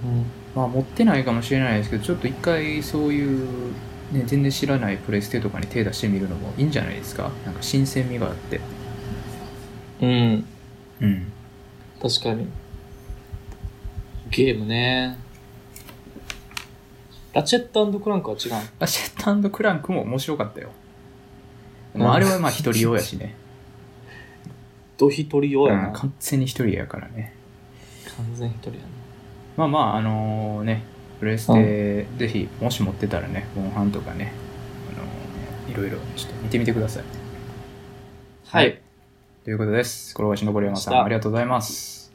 Speaker 1: まあ持ってないかもしれないですけどちょっと一回そういう、ね、全然知らないプレステとかに手出してみるのもいいんじゃないですかなんか新鮮味があって
Speaker 2: うん、
Speaker 1: うん
Speaker 2: 確かに。ゲームね。ラチェットクランクは違う。
Speaker 1: ラシェットクランクも面白かったよ、
Speaker 2: うん
Speaker 1: まあ、あれはまあ一人用やしね、
Speaker 2: ドヒトリ用
Speaker 1: う
Speaker 2: や
Speaker 1: ん、
Speaker 2: な。完
Speaker 1: 完全に一人やからね
Speaker 2: 全一人やな。
Speaker 1: まあまああのねプレステぜひもし持ってたらねモンハンとかね、あのーいろいろちょっと見てみてください
Speaker 2: はい。
Speaker 1: ということです転がしのぼり山さ
Speaker 2: でし
Speaker 1: ん
Speaker 2: た
Speaker 1: ありがとうございます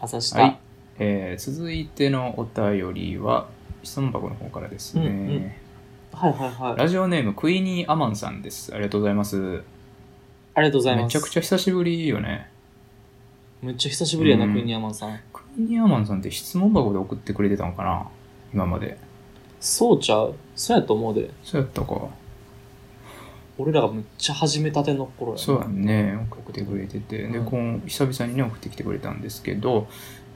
Speaker 2: 朝下。
Speaker 1: はい、えー続いてのお便りは質問箱の方からですね、
Speaker 2: うんうんはい、はいはいはい
Speaker 1: ラジオネームクイニーアマンさんですありがとうございます
Speaker 2: ありがとうございます。
Speaker 1: めちゃくちゃ久しぶりよね
Speaker 2: めっちゃ久しぶりやな、
Speaker 1: うん
Speaker 2: クイニーアマンさん。
Speaker 1: クイニーアマンさんって質問箱で送ってくれてたのかな今まで
Speaker 2: そうちゃうそうやと思うで。
Speaker 1: そうやったか
Speaker 2: 俺らがめっちゃ始めたての頃やな。
Speaker 1: そうやね送ってくれててで
Speaker 2: うん
Speaker 1: こん久々にね送ってきてくれたんですけど、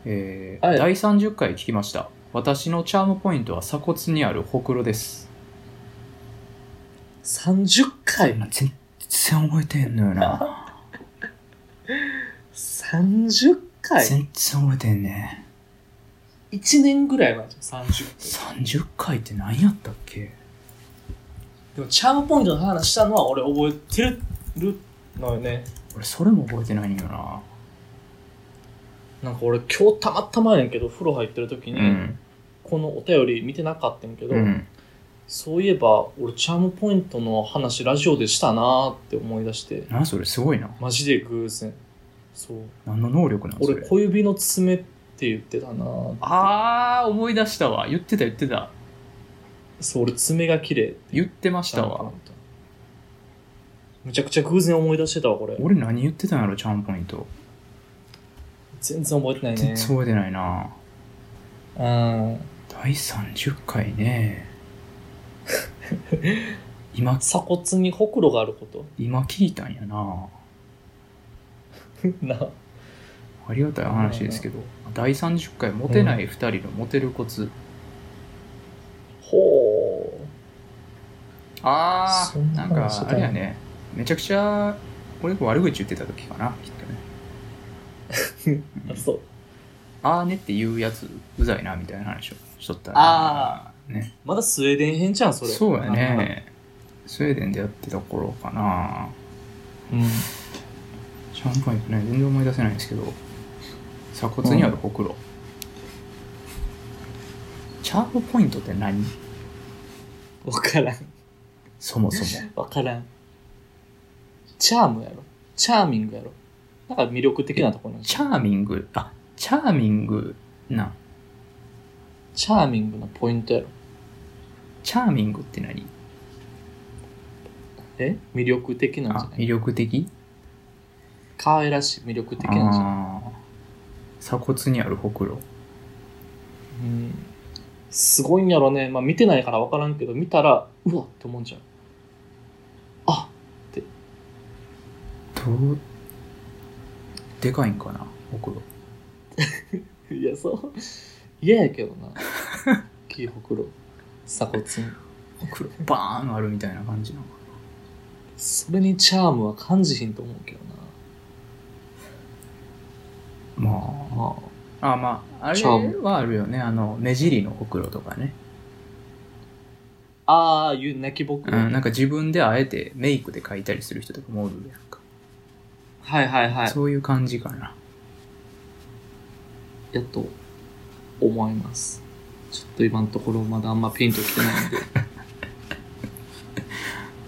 Speaker 1: えー
Speaker 2: はい
Speaker 1: 第30回聞きました私のチャームポイントは鎖骨にあるほくろです
Speaker 2: 30回
Speaker 1: 全然覚えてんのよな
Speaker 2: ?30 回
Speaker 1: 全然覚えてんね
Speaker 2: ?1 年ぐらいは30回。
Speaker 1: 30回って何やったっけ
Speaker 2: でも、チャームポイントの話したのは俺覚えてるのよね。
Speaker 1: 俺それも覚えてないんよな
Speaker 2: なんか俺今日たまたまやねんけど風呂入ってる時
Speaker 1: う
Speaker 2: に、このお便り見てなかったんやけど、
Speaker 1: うん
Speaker 2: そういえば俺チャームポイントの話ラジオでしたなーって思い出して
Speaker 1: 何それすごいな
Speaker 2: マジで偶然そう
Speaker 1: 何の能力なんそ
Speaker 2: 俺
Speaker 1: れ
Speaker 2: 小指の爪って言ってたなーって
Speaker 1: あー思い出したわ言ってた言ってた
Speaker 2: そう俺爪が綺麗って
Speaker 1: 言ってまし
Speaker 2: 言
Speaker 1: た
Speaker 2: ったのかな
Speaker 1: わ
Speaker 2: とめちゃくちゃ偶然思い出してたわこれ
Speaker 1: 俺何言ってたんやろチャームポイント
Speaker 2: 全然覚えてない
Speaker 1: 全
Speaker 2: ね
Speaker 1: 然覚えてないな
Speaker 2: うん
Speaker 1: 第30回ね 今
Speaker 2: 鎖骨にほくろがあること
Speaker 1: 今聞いたんやな
Speaker 2: な
Speaker 1: ありがたい話ですけど第30回モテない2人のモテるコツ、
Speaker 2: ほう
Speaker 1: あ
Speaker 2: そ
Speaker 1: あ
Speaker 2: んな
Speaker 1: なん
Speaker 2: 話
Speaker 1: かあれやねめちゃくちゃ俺が悪口言ってた時かなきっとね
Speaker 2: あそう
Speaker 1: あーねって言うやつうざいなみたいな話をしとったら
Speaker 2: あ
Speaker 1: ね
Speaker 2: まだスウェーデン編じゃんそれ
Speaker 1: そうやねスウェーデンでやってた頃かな
Speaker 2: うん
Speaker 1: シャンパンってね全然思い出せないんですけど鎖骨にあるほくろ、チャームポイントって何
Speaker 2: わからん。
Speaker 1: そもそも
Speaker 2: わからん。チャームやろ。チャーミングやろ。なんか魅力的なところなんじ
Speaker 1: チ
Speaker 2: ゃん
Speaker 1: ャーミングあチャーミングな
Speaker 2: チャーミングのポイントやろ。
Speaker 1: チャーミングって何
Speaker 2: え魅力的なんじ
Speaker 1: あ
Speaker 2: ゃな
Speaker 1: 魅
Speaker 2: い
Speaker 1: 力的
Speaker 2: 可愛らしい魅力的
Speaker 1: あ
Speaker 2: なんじゃない
Speaker 1: あー鎖骨にあるほくろ
Speaker 2: うん。すごいんやろね。まあ見てないからわからんけど、見たら、うわって思うんじゃん。
Speaker 1: どうでかいんかな北斗
Speaker 2: いや、そう。嫌やけどな。 キーホクロ。鎖骨に。
Speaker 1: 北斗バーンあるみたいな感じなのか
Speaker 2: それにチャームは感じひんと思うけど
Speaker 1: なま
Speaker 2: な。まあ、
Speaker 1: ああまああれはあるよねあの目尻のほくろとかね、
Speaker 2: ああいう泣きぼく、
Speaker 1: うん、なんか自分であえてメイクで描いたりする人とかもおるやんか、
Speaker 2: はいはいはい
Speaker 1: そういう感じかな
Speaker 2: やっと思いますちょっと今のところまだあんまピンときてない んで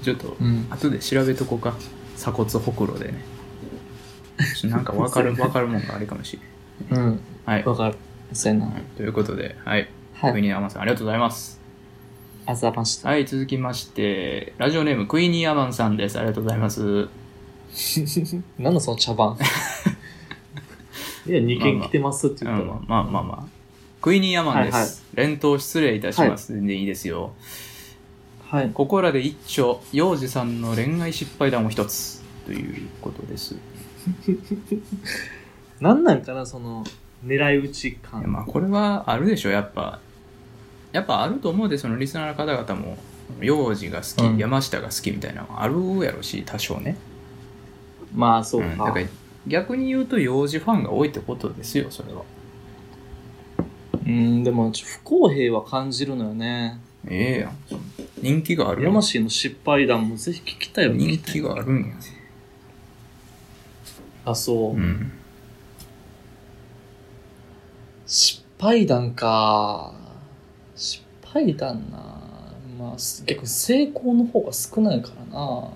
Speaker 1: ちょっと
Speaker 2: うん
Speaker 1: 後で調べとこうか鎖骨ほくろで ねちょなんか分かる
Speaker 2: そう
Speaker 1: 分かるもんがあれかもしれない
Speaker 2: うん
Speaker 1: はい、
Speaker 2: わかるそうやな
Speaker 1: はいということではい
Speaker 2: は
Speaker 1: クイ
Speaker 2: い
Speaker 1: ニーアマンさんありがとうございます
Speaker 2: あざました、
Speaker 1: はい続きましてラジオネームクイニーアマンさんですありがとうございます
Speaker 2: なんだその茶 番いや
Speaker 1: ま
Speaker 2: 2
Speaker 1: あ
Speaker 2: 件
Speaker 1: まあ
Speaker 2: 来てますって言ったら、
Speaker 1: うんまあまあまあクイニーアマンです、
Speaker 2: はいはい
Speaker 1: 連投失礼いたします、全然いいですよ
Speaker 2: はい
Speaker 1: ここらで一丁幼児さんの恋愛失敗談を一つということです、
Speaker 2: なんなんかなその狙い撃ち感、
Speaker 1: まあこれはあるでしょやっぱやっぱあると思うでそのリスナーの方々も幼児が好き、
Speaker 2: うん
Speaker 1: 山下が好きみたいなのはあるやろし多少ね、
Speaker 2: まあそう
Speaker 1: うん、
Speaker 2: か,、
Speaker 1: だから逆に言うと幼児ファンが多いってことですよそれは
Speaker 2: うんでもちょ不公平は感じるのよね
Speaker 1: ええやんその人気があるやん
Speaker 2: 山氏の失敗談もぜひ聞きたいよ
Speaker 1: 人気があるんや
Speaker 2: あそう、
Speaker 1: うん
Speaker 2: 失敗談か。失敗談な。まあ、す逆に成功の方が少ないからな。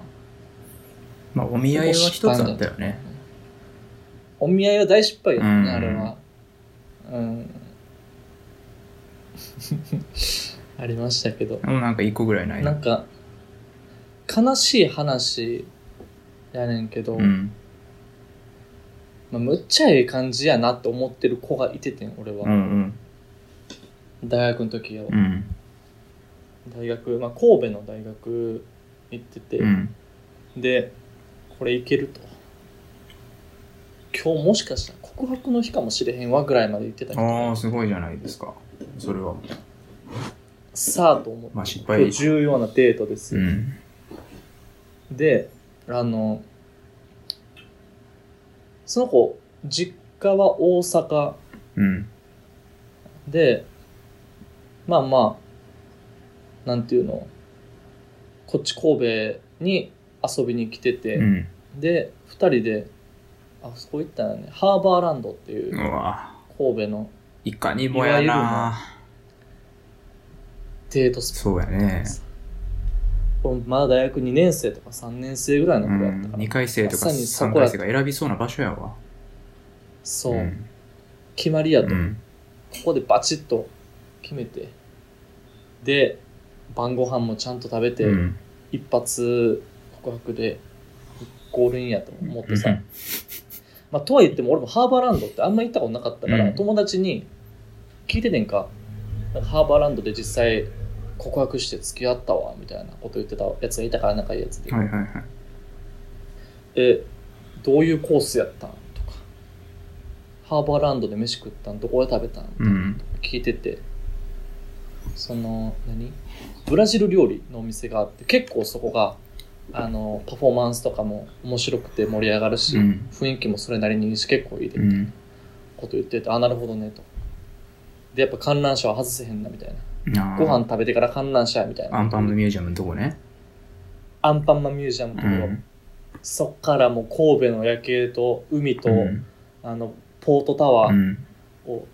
Speaker 1: まあお見合いは一つあったよね
Speaker 2: お見合いは大失敗やったね、
Speaker 1: うん
Speaker 2: あれは。うん。 ありましたけど。
Speaker 1: でもなんか一個ぐらいない
Speaker 2: なんか、悲しい話やねんけど、
Speaker 1: うん
Speaker 2: まあ、むっちゃええ感じやなって思ってる子がいててん、俺
Speaker 1: う
Speaker 2: は。
Speaker 1: ん
Speaker 2: 大学の時よ
Speaker 1: うんう。ん
Speaker 2: 大学、まあ、神戸の大学行ってて。
Speaker 1: うん
Speaker 2: でこれいけると今日もしかしたら告白の日かもしれへんわぐらいまで言ってたけ
Speaker 1: ああ
Speaker 2: ど
Speaker 1: すごいじゃないですかそれは
Speaker 2: さあと思って、
Speaker 1: まあ失
Speaker 2: 今
Speaker 1: 敗
Speaker 2: 日重要なデートです
Speaker 1: う
Speaker 2: よ、
Speaker 1: ん
Speaker 2: であのその子実家は大阪
Speaker 1: うん
Speaker 2: でまあまあなんていうのこっち神戸に遊びに来てて、
Speaker 1: うん
Speaker 2: で2人であそこ行ったらねハーバーランドっていう
Speaker 1: うわ
Speaker 2: 神戸の
Speaker 1: いかにもや
Speaker 2: いわゆる
Speaker 1: な
Speaker 2: デートスポッ
Speaker 1: そうやね、
Speaker 2: トまだ大学2年生とか3年生ぐらいうの頃だった
Speaker 1: ん、
Speaker 2: から、
Speaker 1: 2回生とか
Speaker 2: まさにそ
Speaker 1: 3
Speaker 2: こや
Speaker 1: 回
Speaker 2: っ
Speaker 1: 生
Speaker 2: た
Speaker 1: が選びそうな場所やわ
Speaker 2: そう、
Speaker 1: ん
Speaker 2: 決まりやと、
Speaker 1: うん
Speaker 2: ここでバチッと決めてで晩ご飯もちゃんと食べて、
Speaker 1: うん
Speaker 2: 一発告白でゴールインやと思ってさ、
Speaker 1: うん
Speaker 2: まあ、とは言っても俺もハーバーランドってあんま行ったことなかったから、
Speaker 1: うん
Speaker 2: 友達に聞いててんかなんかハーバーランドで実際告白して付き合ったわみたいなこと言ってたやつがいたから仲いいやつで、
Speaker 1: はいはいはい
Speaker 2: えどういうコースやったんとかハーバーランドで飯食ったんどこで食べたん
Speaker 1: うん
Speaker 2: 聞いててその何ブラジル料理のお店があって結構そこがあのパフォーマンスとかも面白くて盛り上がるし、
Speaker 1: うん
Speaker 2: 雰囲気もそれなりにいいし結構いいで、
Speaker 1: うん
Speaker 2: こと言っててあなるほどねとでやっぱ観覧車は外せへんなみたいな
Speaker 1: あー
Speaker 2: ご飯食べてから観覧車やみたいな
Speaker 1: アンパンマンミュージアムのとこね
Speaker 2: アンパンマンミュージアム
Speaker 1: う
Speaker 2: とか、
Speaker 1: ん
Speaker 2: そっからもう神戸の夜景と海と、
Speaker 1: うん
Speaker 2: あのポートタワ
Speaker 1: う
Speaker 2: ー
Speaker 1: ん
Speaker 2: を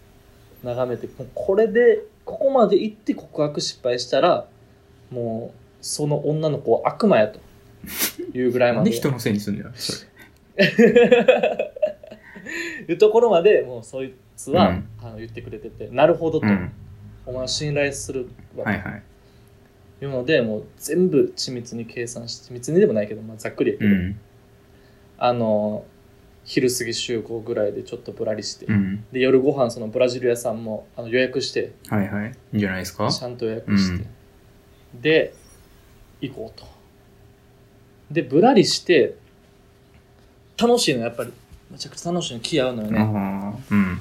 Speaker 2: 眺めて、もうこれでここまで行って告白失敗したらもうその女の子は悪魔 やというぐらい
Speaker 1: な
Speaker 2: ま
Speaker 1: んで
Speaker 2: で
Speaker 1: 人のせいにすんだよそれ
Speaker 2: いうところまでもうそいつは、
Speaker 1: うん
Speaker 2: あの言ってくれててなるほどと、
Speaker 1: うん
Speaker 2: お前を信頼するわと、
Speaker 1: はいはい
Speaker 2: いうのでもう全部緻密に計算して緻密にでもないけど、まあ、ざっくりやけ
Speaker 1: う
Speaker 2: ど、
Speaker 1: ん
Speaker 2: あの昼過ぎ集合ぐらいでちょっとぶらりして、
Speaker 1: うん
Speaker 2: で夜ご飯そのブラジル屋さんもあの予約して
Speaker 1: はいはいいいんじゃないですか
Speaker 2: ちゃんと予約して、で行こうとでぶらりして楽しいのやっぱりめちゃくちゃ楽しいの気合うのよね、
Speaker 1: あーうん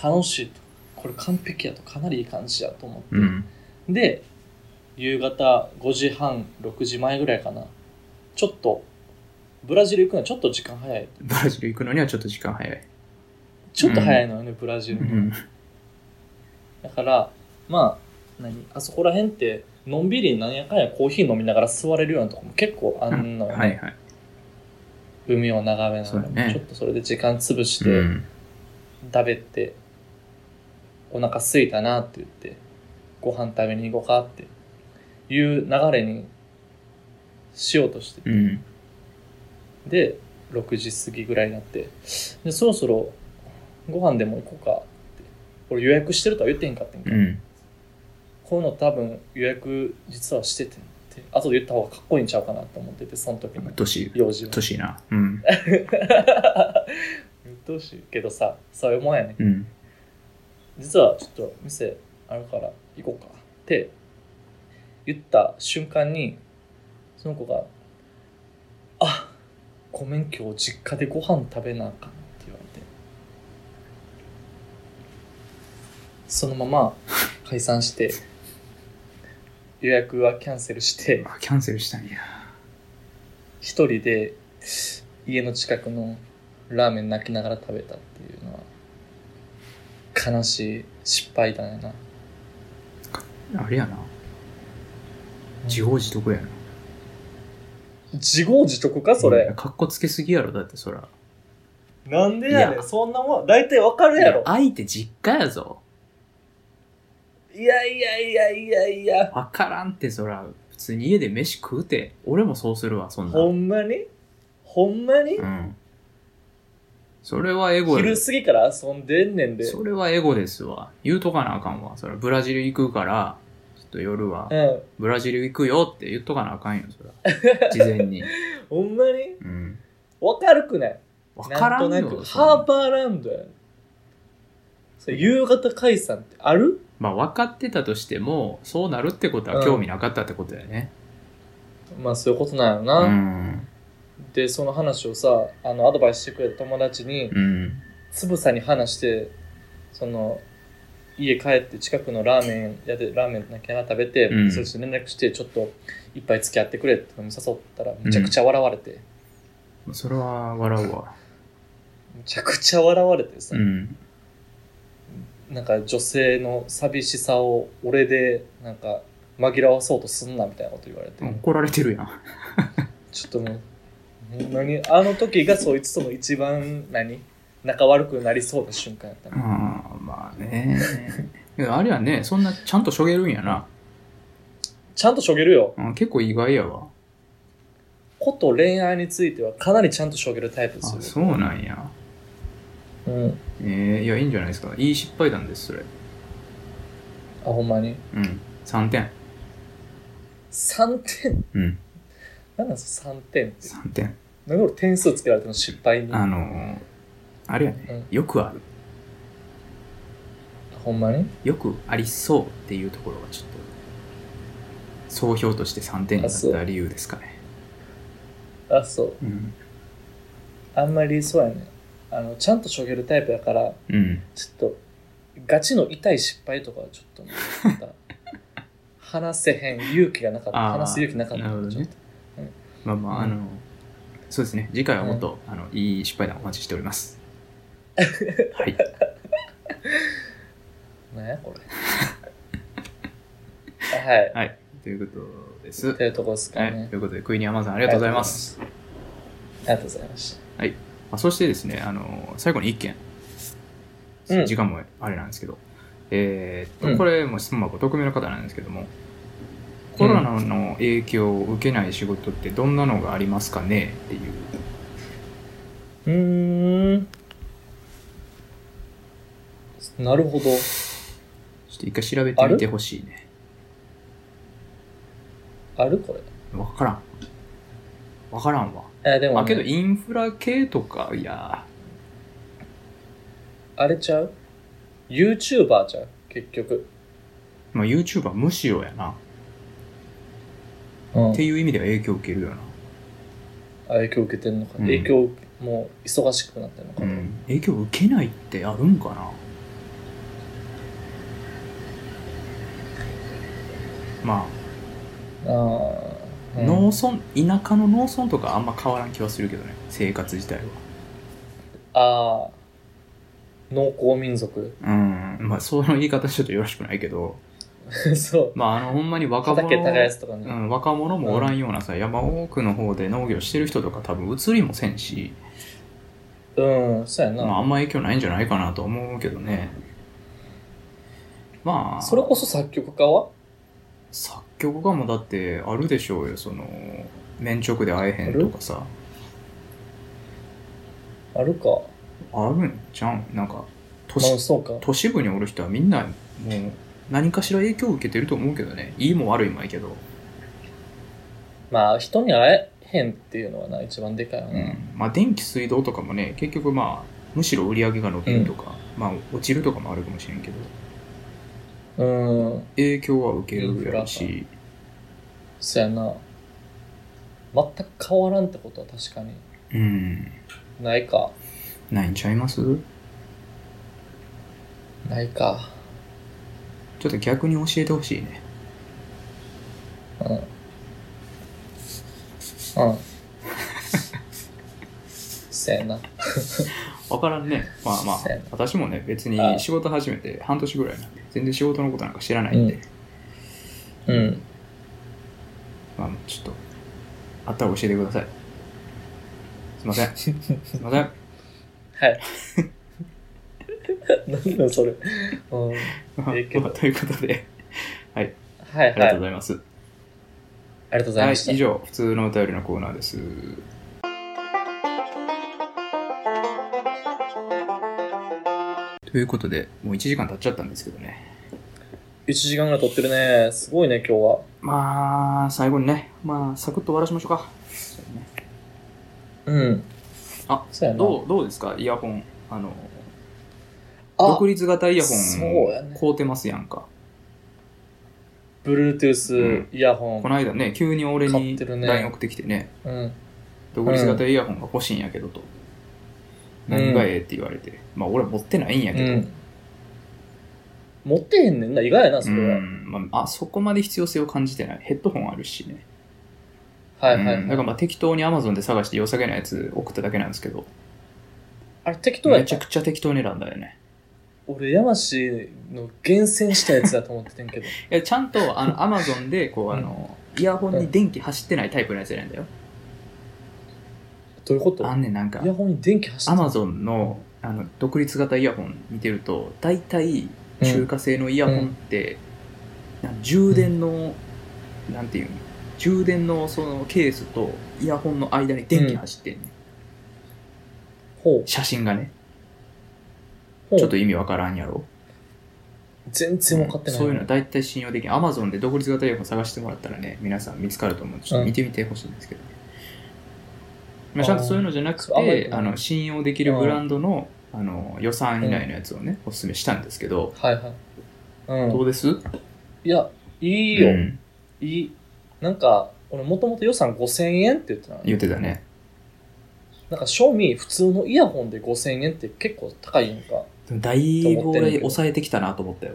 Speaker 2: 楽しいとこれ完璧やとかなりいい感じやと思って、
Speaker 1: うん
Speaker 2: で夕方5時半6時前ぐらいかなちょっとブラジル行くのはちょっと時間早い
Speaker 1: ブラジル行くのにはちょっと時間早い、
Speaker 2: ちょっと早いのよね、ブラジ
Speaker 1: う
Speaker 2: ル、
Speaker 1: ん、
Speaker 2: だからまあ何あそこら辺ってのんびりなんやかんやコーヒー飲みながら座れるようなとこも結構あんのよね、
Speaker 1: はいはい
Speaker 2: 海を眺めな
Speaker 1: そ
Speaker 2: が
Speaker 1: う
Speaker 2: ら、
Speaker 1: だね
Speaker 2: ちょっとそれで時間潰し
Speaker 1: う
Speaker 2: て
Speaker 1: ん
Speaker 2: 食べて、お腹空いたなって言ってご飯食べに行こうかっていう流れにしようとして
Speaker 1: うん
Speaker 2: で6時過ぎぐらいになってでそろそろご飯でも行こうかって俺予約してるとは言ってへんかったんやけ
Speaker 1: う
Speaker 2: ど、
Speaker 1: ん
Speaker 2: こういうの多分予約実はしててって後で言った方がかっこいいんちゃうかなと思っててその時の
Speaker 1: 年
Speaker 2: 用 事は
Speaker 1: 年なうん
Speaker 2: うっとうしいけどさそういうもんやね
Speaker 1: うん
Speaker 2: 実はちょっと店あるから行こうかって言った瞬間にその子が「あごめん今日実家でご飯食べなあかん」って言われてそのまま解散して予約はキャンセルして
Speaker 1: あキャンセルしたんや
Speaker 2: 一人で家の近くのラーメン泣きながら食べたっていうのは悲しい失敗だな
Speaker 1: あれやな自業自得やな
Speaker 2: 自業自得かそれ、
Speaker 1: うんかっこつけすぎやろだってそら
Speaker 2: なんでや
Speaker 1: い
Speaker 2: ね
Speaker 1: や
Speaker 2: んそんなもん大体わかるやろ
Speaker 1: い相手実家やぞ
Speaker 2: いやいやいやいやいや
Speaker 1: わからんってそら普通に家で飯食うて俺もそうするわそんな
Speaker 2: ほんまにほんまに
Speaker 1: うんそれはエゴ
Speaker 2: 昼
Speaker 1: です
Speaker 2: 過ぎから遊んでんねんで
Speaker 1: それはエゴですわ言うとかなあかんわそれブラジル行くからちょっと夜は
Speaker 2: うん
Speaker 1: ブラジル行くよって言っとかなあかんよそら 事前に
Speaker 2: ほんまに
Speaker 1: うん
Speaker 2: わかるくない
Speaker 1: わからん
Speaker 2: な
Speaker 1: よ
Speaker 2: んとなく
Speaker 1: そんな
Speaker 2: ハーバーランドやんそれ夕方解散ってある
Speaker 1: まあ分かってたとしてもそうなるってことは興味なかったってことだよね
Speaker 2: まあそういうことなんやろな、
Speaker 1: うん
Speaker 2: でその話をさあのアドバイスしてくれた友達に
Speaker 1: うん
Speaker 2: つぶさに話してその家帰って近くのラーメン屋でラーメン泣きながら食べて、
Speaker 1: うん
Speaker 2: それと連絡してちょっと一杯付き合ってくれって誘ったらめちゃくちゃ笑われて、
Speaker 1: それは笑うわ
Speaker 2: めちゃくちゃ笑われてさ、
Speaker 1: うん
Speaker 2: なんか女性の寂しさを俺でなんか紛らわそうとすんなみたいなこと言われて、
Speaker 1: 怒られてるやん
Speaker 2: ちょっともうほんまにあの時がそいつとの一番何仲悪くなりそうな瞬間やったな
Speaker 1: ああまあ ねいやあれはねそんなちゃんとしょげるんやな、
Speaker 2: ちゃんとしょげるよ
Speaker 1: うん、結構意外やわ
Speaker 2: こと恋愛についてはかなりちゃんとしょげるタイプで
Speaker 1: あ
Speaker 2: す
Speaker 1: そ
Speaker 2: よ、
Speaker 1: うなんや
Speaker 2: うん、
Speaker 1: えー、いやいいんじゃないですかいい失敗談ですそれ
Speaker 2: あほんまに
Speaker 1: うん3点
Speaker 2: 3点
Speaker 1: うん
Speaker 2: なんなんすか3点って
Speaker 1: 3点
Speaker 2: なんで俺点数つけられても失敗に
Speaker 1: あのー、あれやね、よくある
Speaker 2: ほんまに
Speaker 1: よくありそうっていうところがちょっと総評として3点になった理由ですかね
Speaker 2: あそう
Speaker 1: うん
Speaker 2: あんまりそうやねあのちゃんとしょげるタイプやから
Speaker 1: うん
Speaker 2: ちょっとガチの痛い失敗とかはちょっとねまた 話せへん勇気がなかった
Speaker 1: あー
Speaker 2: 話す勇気なかった
Speaker 1: なるほどね
Speaker 2: ちょっと
Speaker 1: まあまああのそうですね次回はもっと、あのいい失敗談お待ちしております はい
Speaker 2: なんやこれ はい
Speaker 1: はい、ということです。
Speaker 2: というとこですか
Speaker 1: は
Speaker 2: ね、
Speaker 1: い、ということで、クイニアマンさんありがとうございます。
Speaker 2: ありがとうございました
Speaker 1: あそしてですね、あの最後に一件、
Speaker 2: うん
Speaker 1: 時間もあれなんですけど、えーっと、
Speaker 2: うん
Speaker 1: これも質問箱匿名の方なんですけども、コロナの影響を受けない仕事ってどんなのがありますかねっていう。
Speaker 2: うーん。なるほど。
Speaker 1: ちょっと一回調べてみてほしいね。
Speaker 2: あるこれ。
Speaker 1: わからん。わからんわ。
Speaker 2: えでも、
Speaker 1: あ、け
Speaker 2: ね
Speaker 1: ど、インフラ系とか、いや
Speaker 2: あれちゃう ?YouTuber ちゃう結局。
Speaker 1: ー、まあ、YouTuber むしろやな。
Speaker 2: うん
Speaker 1: っていう意味では影響を受けるよな。
Speaker 2: あ影響受けてんのか。
Speaker 1: うん
Speaker 2: 影響もう忙しくなってるのか
Speaker 1: う
Speaker 2: な、
Speaker 1: ん、影響受けないってあるんかなまあ、
Speaker 2: ああ、うん
Speaker 1: 農村田舎の農村とかあんま変わらん気はするけどね生活自体は
Speaker 2: ああ農耕民族
Speaker 1: うんまあその言い方ちょっとよろしくないけど
Speaker 2: そう
Speaker 1: まああのほんまに若者
Speaker 2: 畑耕すとかね、
Speaker 1: うん、若者もおらんようなさ、山奥の方で農業してる人とか多分移りもせんし、
Speaker 2: うん、そうやな、
Speaker 1: まあ、あんま影響ないんじゃないかなと思うけどねまあ
Speaker 2: それこそ作曲家は
Speaker 1: 作曲家もだってあるでしょうよその面直で会えへんとかさ
Speaker 2: あるか
Speaker 1: あるんじゃんなんか都
Speaker 2: まあ
Speaker 1: 市
Speaker 2: そうか
Speaker 1: 都市部におる人はみんなもう何かしら影響を受けてると思うけどねいいも悪いもやけど、
Speaker 2: まあ人に会えへんっていうのはな一番でかいよ
Speaker 1: う
Speaker 2: ね、
Speaker 1: んまあ、電気水道とかもね結局まあむしろ売り上げが伸びるとか、まあ落ちるとかもあるかもしれんけど
Speaker 2: うん、
Speaker 1: 影響は受けるやろし
Speaker 2: そうやな全く変わらんってことは確かに
Speaker 1: うん
Speaker 2: ないか
Speaker 1: ないんちゃいます
Speaker 2: ないか
Speaker 1: ちょっと逆に教えてほしいね
Speaker 2: うんうん そうやな
Speaker 1: 分からんねまあまあ
Speaker 2: そうやな
Speaker 1: 私もね別に
Speaker 2: ああ
Speaker 1: 仕事始めて半年ぐらいなんで全然仕事のことなんか知らないんで、
Speaker 2: うんうん
Speaker 1: まあちょっとあったら教えてくださいすいませんすいません
Speaker 2: はい なんだそれうん ええけど
Speaker 1: ま あということで
Speaker 2: は
Speaker 1: あ
Speaker 2: い
Speaker 1: りが
Speaker 2: はいあ
Speaker 1: とう
Speaker 2: り
Speaker 1: ございます、
Speaker 2: がとうござい
Speaker 1: は
Speaker 2: ま
Speaker 1: い
Speaker 2: した、
Speaker 1: 以上普通のお便りのコーナーですということでもう1時間経っちゃったんですけどね
Speaker 2: 1時間ぐらい撮ってるねすごいね今日は
Speaker 1: まあ、最後にね、まあ、サクッと終わらしましょうか。
Speaker 2: うん
Speaker 1: あ
Speaker 2: そうやな
Speaker 1: どう、どうですかイヤホン。あの、
Speaker 2: あ
Speaker 1: 独立型イヤホ
Speaker 2: そうや
Speaker 1: ン
Speaker 2: ね
Speaker 1: 買うてますやんか。う
Speaker 2: Bluetooth イヤホン、
Speaker 1: この間ね、急に俺
Speaker 2: 買
Speaker 1: に
Speaker 2: ってるね
Speaker 1: LINE 送ってきてね、
Speaker 2: うん、
Speaker 1: 独立型イヤホンが欲しいんやけどと。
Speaker 2: うん
Speaker 1: 何がええって言われて。まあ、俺は持ってないんやけど。
Speaker 2: うん持ってへんねんな意外やなそれは、
Speaker 1: うんまあ、あそこまで必要性を感じてないヘッドホンあるしね、
Speaker 2: はいはい、はい
Speaker 1: うんだからまあ適当に Amazon で探して良さげなやつ送っただけなんですけど
Speaker 2: あれ適当や
Speaker 1: め
Speaker 2: っ
Speaker 1: ちゃ
Speaker 2: た
Speaker 1: くちゃ適当に選んだよね
Speaker 2: 俺山氏の厳選したやつだと思っててんけど
Speaker 1: いやちゃんとあ のアマゾンでこうあの、イヤホンに電気走ってないタイプのやつやねんだよ、
Speaker 2: どういうこと
Speaker 1: あんねんなんか
Speaker 2: イヤホンに電気走
Speaker 1: ア
Speaker 2: って
Speaker 1: マゾンのあの独立型イヤホン見てると大体中華製のイヤホンって、なん充電の、なんていうの充電のそのケースとイヤホンの間に電気走ってんねん、
Speaker 2: ほう
Speaker 1: 写真がね
Speaker 2: ほう
Speaker 1: ちょっと意味わからんやろ
Speaker 2: 全然分かってない、
Speaker 1: そういうのは大体信用できないアマゾンで独立型イヤホン探してもらったらね皆さん見つかると思うんでちょっと見てみてほしいんですけど、まあ、ちゃんとそういうのじゃなく
Speaker 2: あーそうあんまり
Speaker 1: てあの信用できるブランドのあの予算以内のやつをね、おすすめしたんですけど、
Speaker 2: はいはいうん
Speaker 1: どうです
Speaker 2: いやい
Speaker 1: い
Speaker 2: いよ、
Speaker 1: うん、
Speaker 2: いいなんか俺もともと予算5000円って言ってたの
Speaker 1: 言ってたね
Speaker 2: なんか賞味普通のイヤホンで5000円って結構高いやんか
Speaker 1: でもだいぶ
Speaker 2: と思ってんだ
Speaker 1: 俺
Speaker 2: けど
Speaker 1: 抑えてきたなと思ったよ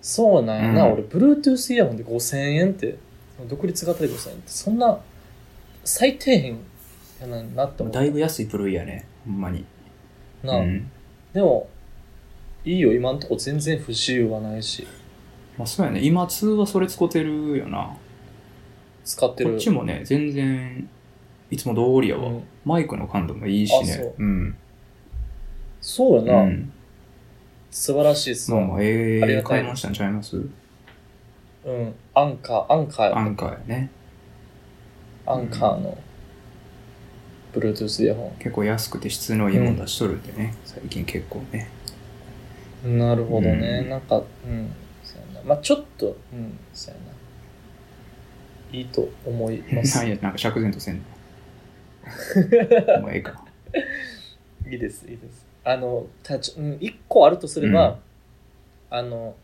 Speaker 2: そうなんやな、
Speaker 1: うん
Speaker 2: 俺 Bluetooth イヤホンで5000円って独立型で5000円ってそんな最低限やななって思った
Speaker 1: だいぶ安いプルイやねほんまに、
Speaker 2: な、
Speaker 1: うん
Speaker 2: でもいいよ今んとこ全然不自由はないし
Speaker 1: まあ、そうやね今通話それ使ってるよな
Speaker 2: 使ってる
Speaker 1: こっちもね全然いつも通りやわ、
Speaker 2: うん
Speaker 1: マイクの感度もいいし
Speaker 2: あ
Speaker 1: ね
Speaker 2: そう
Speaker 1: うん、
Speaker 2: そうや
Speaker 1: う
Speaker 2: な、
Speaker 1: ん、
Speaker 2: 素晴らしいっす
Speaker 1: まあ
Speaker 2: わ
Speaker 1: まあ、え
Speaker 2: ありが
Speaker 1: え
Speaker 2: たい
Speaker 1: 買い物したんちゃいます
Speaker 2: うんアンカーアンカー
Speaker 1: ア
Speaker 2: や
Speaker 1: ンカーやね。
Speaker 2: アンカーの Bluetooth イヤホ
Speaker 1: 結構安くて質のいいもん出しとるんでね、最近結構ね。
Speaker 2: ンなるほどね、
Speaker 1: うん
Speaker 2: なんかうんそうやなまあちょっとうんそうやないいと思いま す
Speaker 1: なんや、なんか釈然とせん の。もうええかな。
Speaker 2: いいです、いいです。あの、たちうん、1個あるとすれば、あの、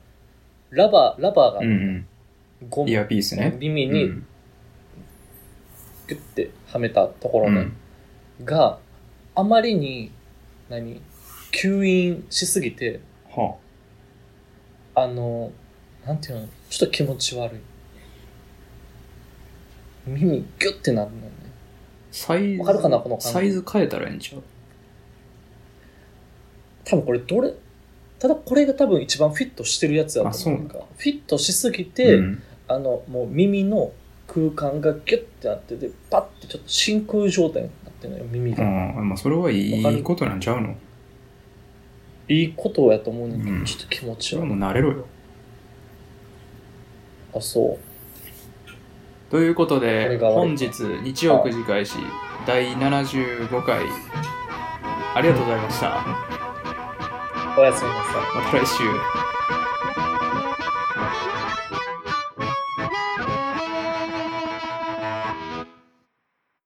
Speaker 2: ラバー、ラバーが
Speaker 1: うん
Speaker 2: ゴ
Speaker 1: うん。
Speaker 2: ム、
Speaker 1: イヤーピースね。
Speaker 2: 耳
Speaker 1: う
Speaker 2: に
Speaker 1: ん
Speaker 2: ギュッてはめたところね、
Speaker 1: うん
Speaker 2: があまりに何吸引しすぎて
Speaker 1: は
Speaker 2: あのなんていうのちょっと気持ち悪い耳ギュッてなるのよね
Speaker 1: あ、サイズ
Speaker 2: わかるかなこの感じ
Speaker 1: サイズ変えたらええんちゃう
Speaker 2: 多分これどれただこれが多分一番フィットしてるやつやと思
Speaker 1: あ
Speaker 2: う
Speaker 1: そうなんん
Speaker 2: かフィットしすぎて、
Speaker 1: うん
Speaker 2: あのもう耳の空間がギュッてなっててパッてちょっと真空状態になってるのよ耳
Speaker 1: あ
Speaker 2: が、
Speaker 1: あまあそれはい
Speaker 2: わかる
Speaker 1: いことなんちゃうの
Speaker 2: いいことやと思うねんけど、
Speaker 1: うん
Speaker 2: ちょっと気持ち
Speaker 1: それ
Speaker 2: 悪、
Speaker 1: はいもう慣れろよ
Speaker 2: あそう
Speaker 1: ということ
Speaker 2: これ
Speaker 1: で
Speaker 2: が悪
Speaker 1: 本
Speaker 2: い
Speaker 1: 日日曜くじ開始第75回ありがとうございました
Speaker 2: おやすみなさい
Speaker 1: また来週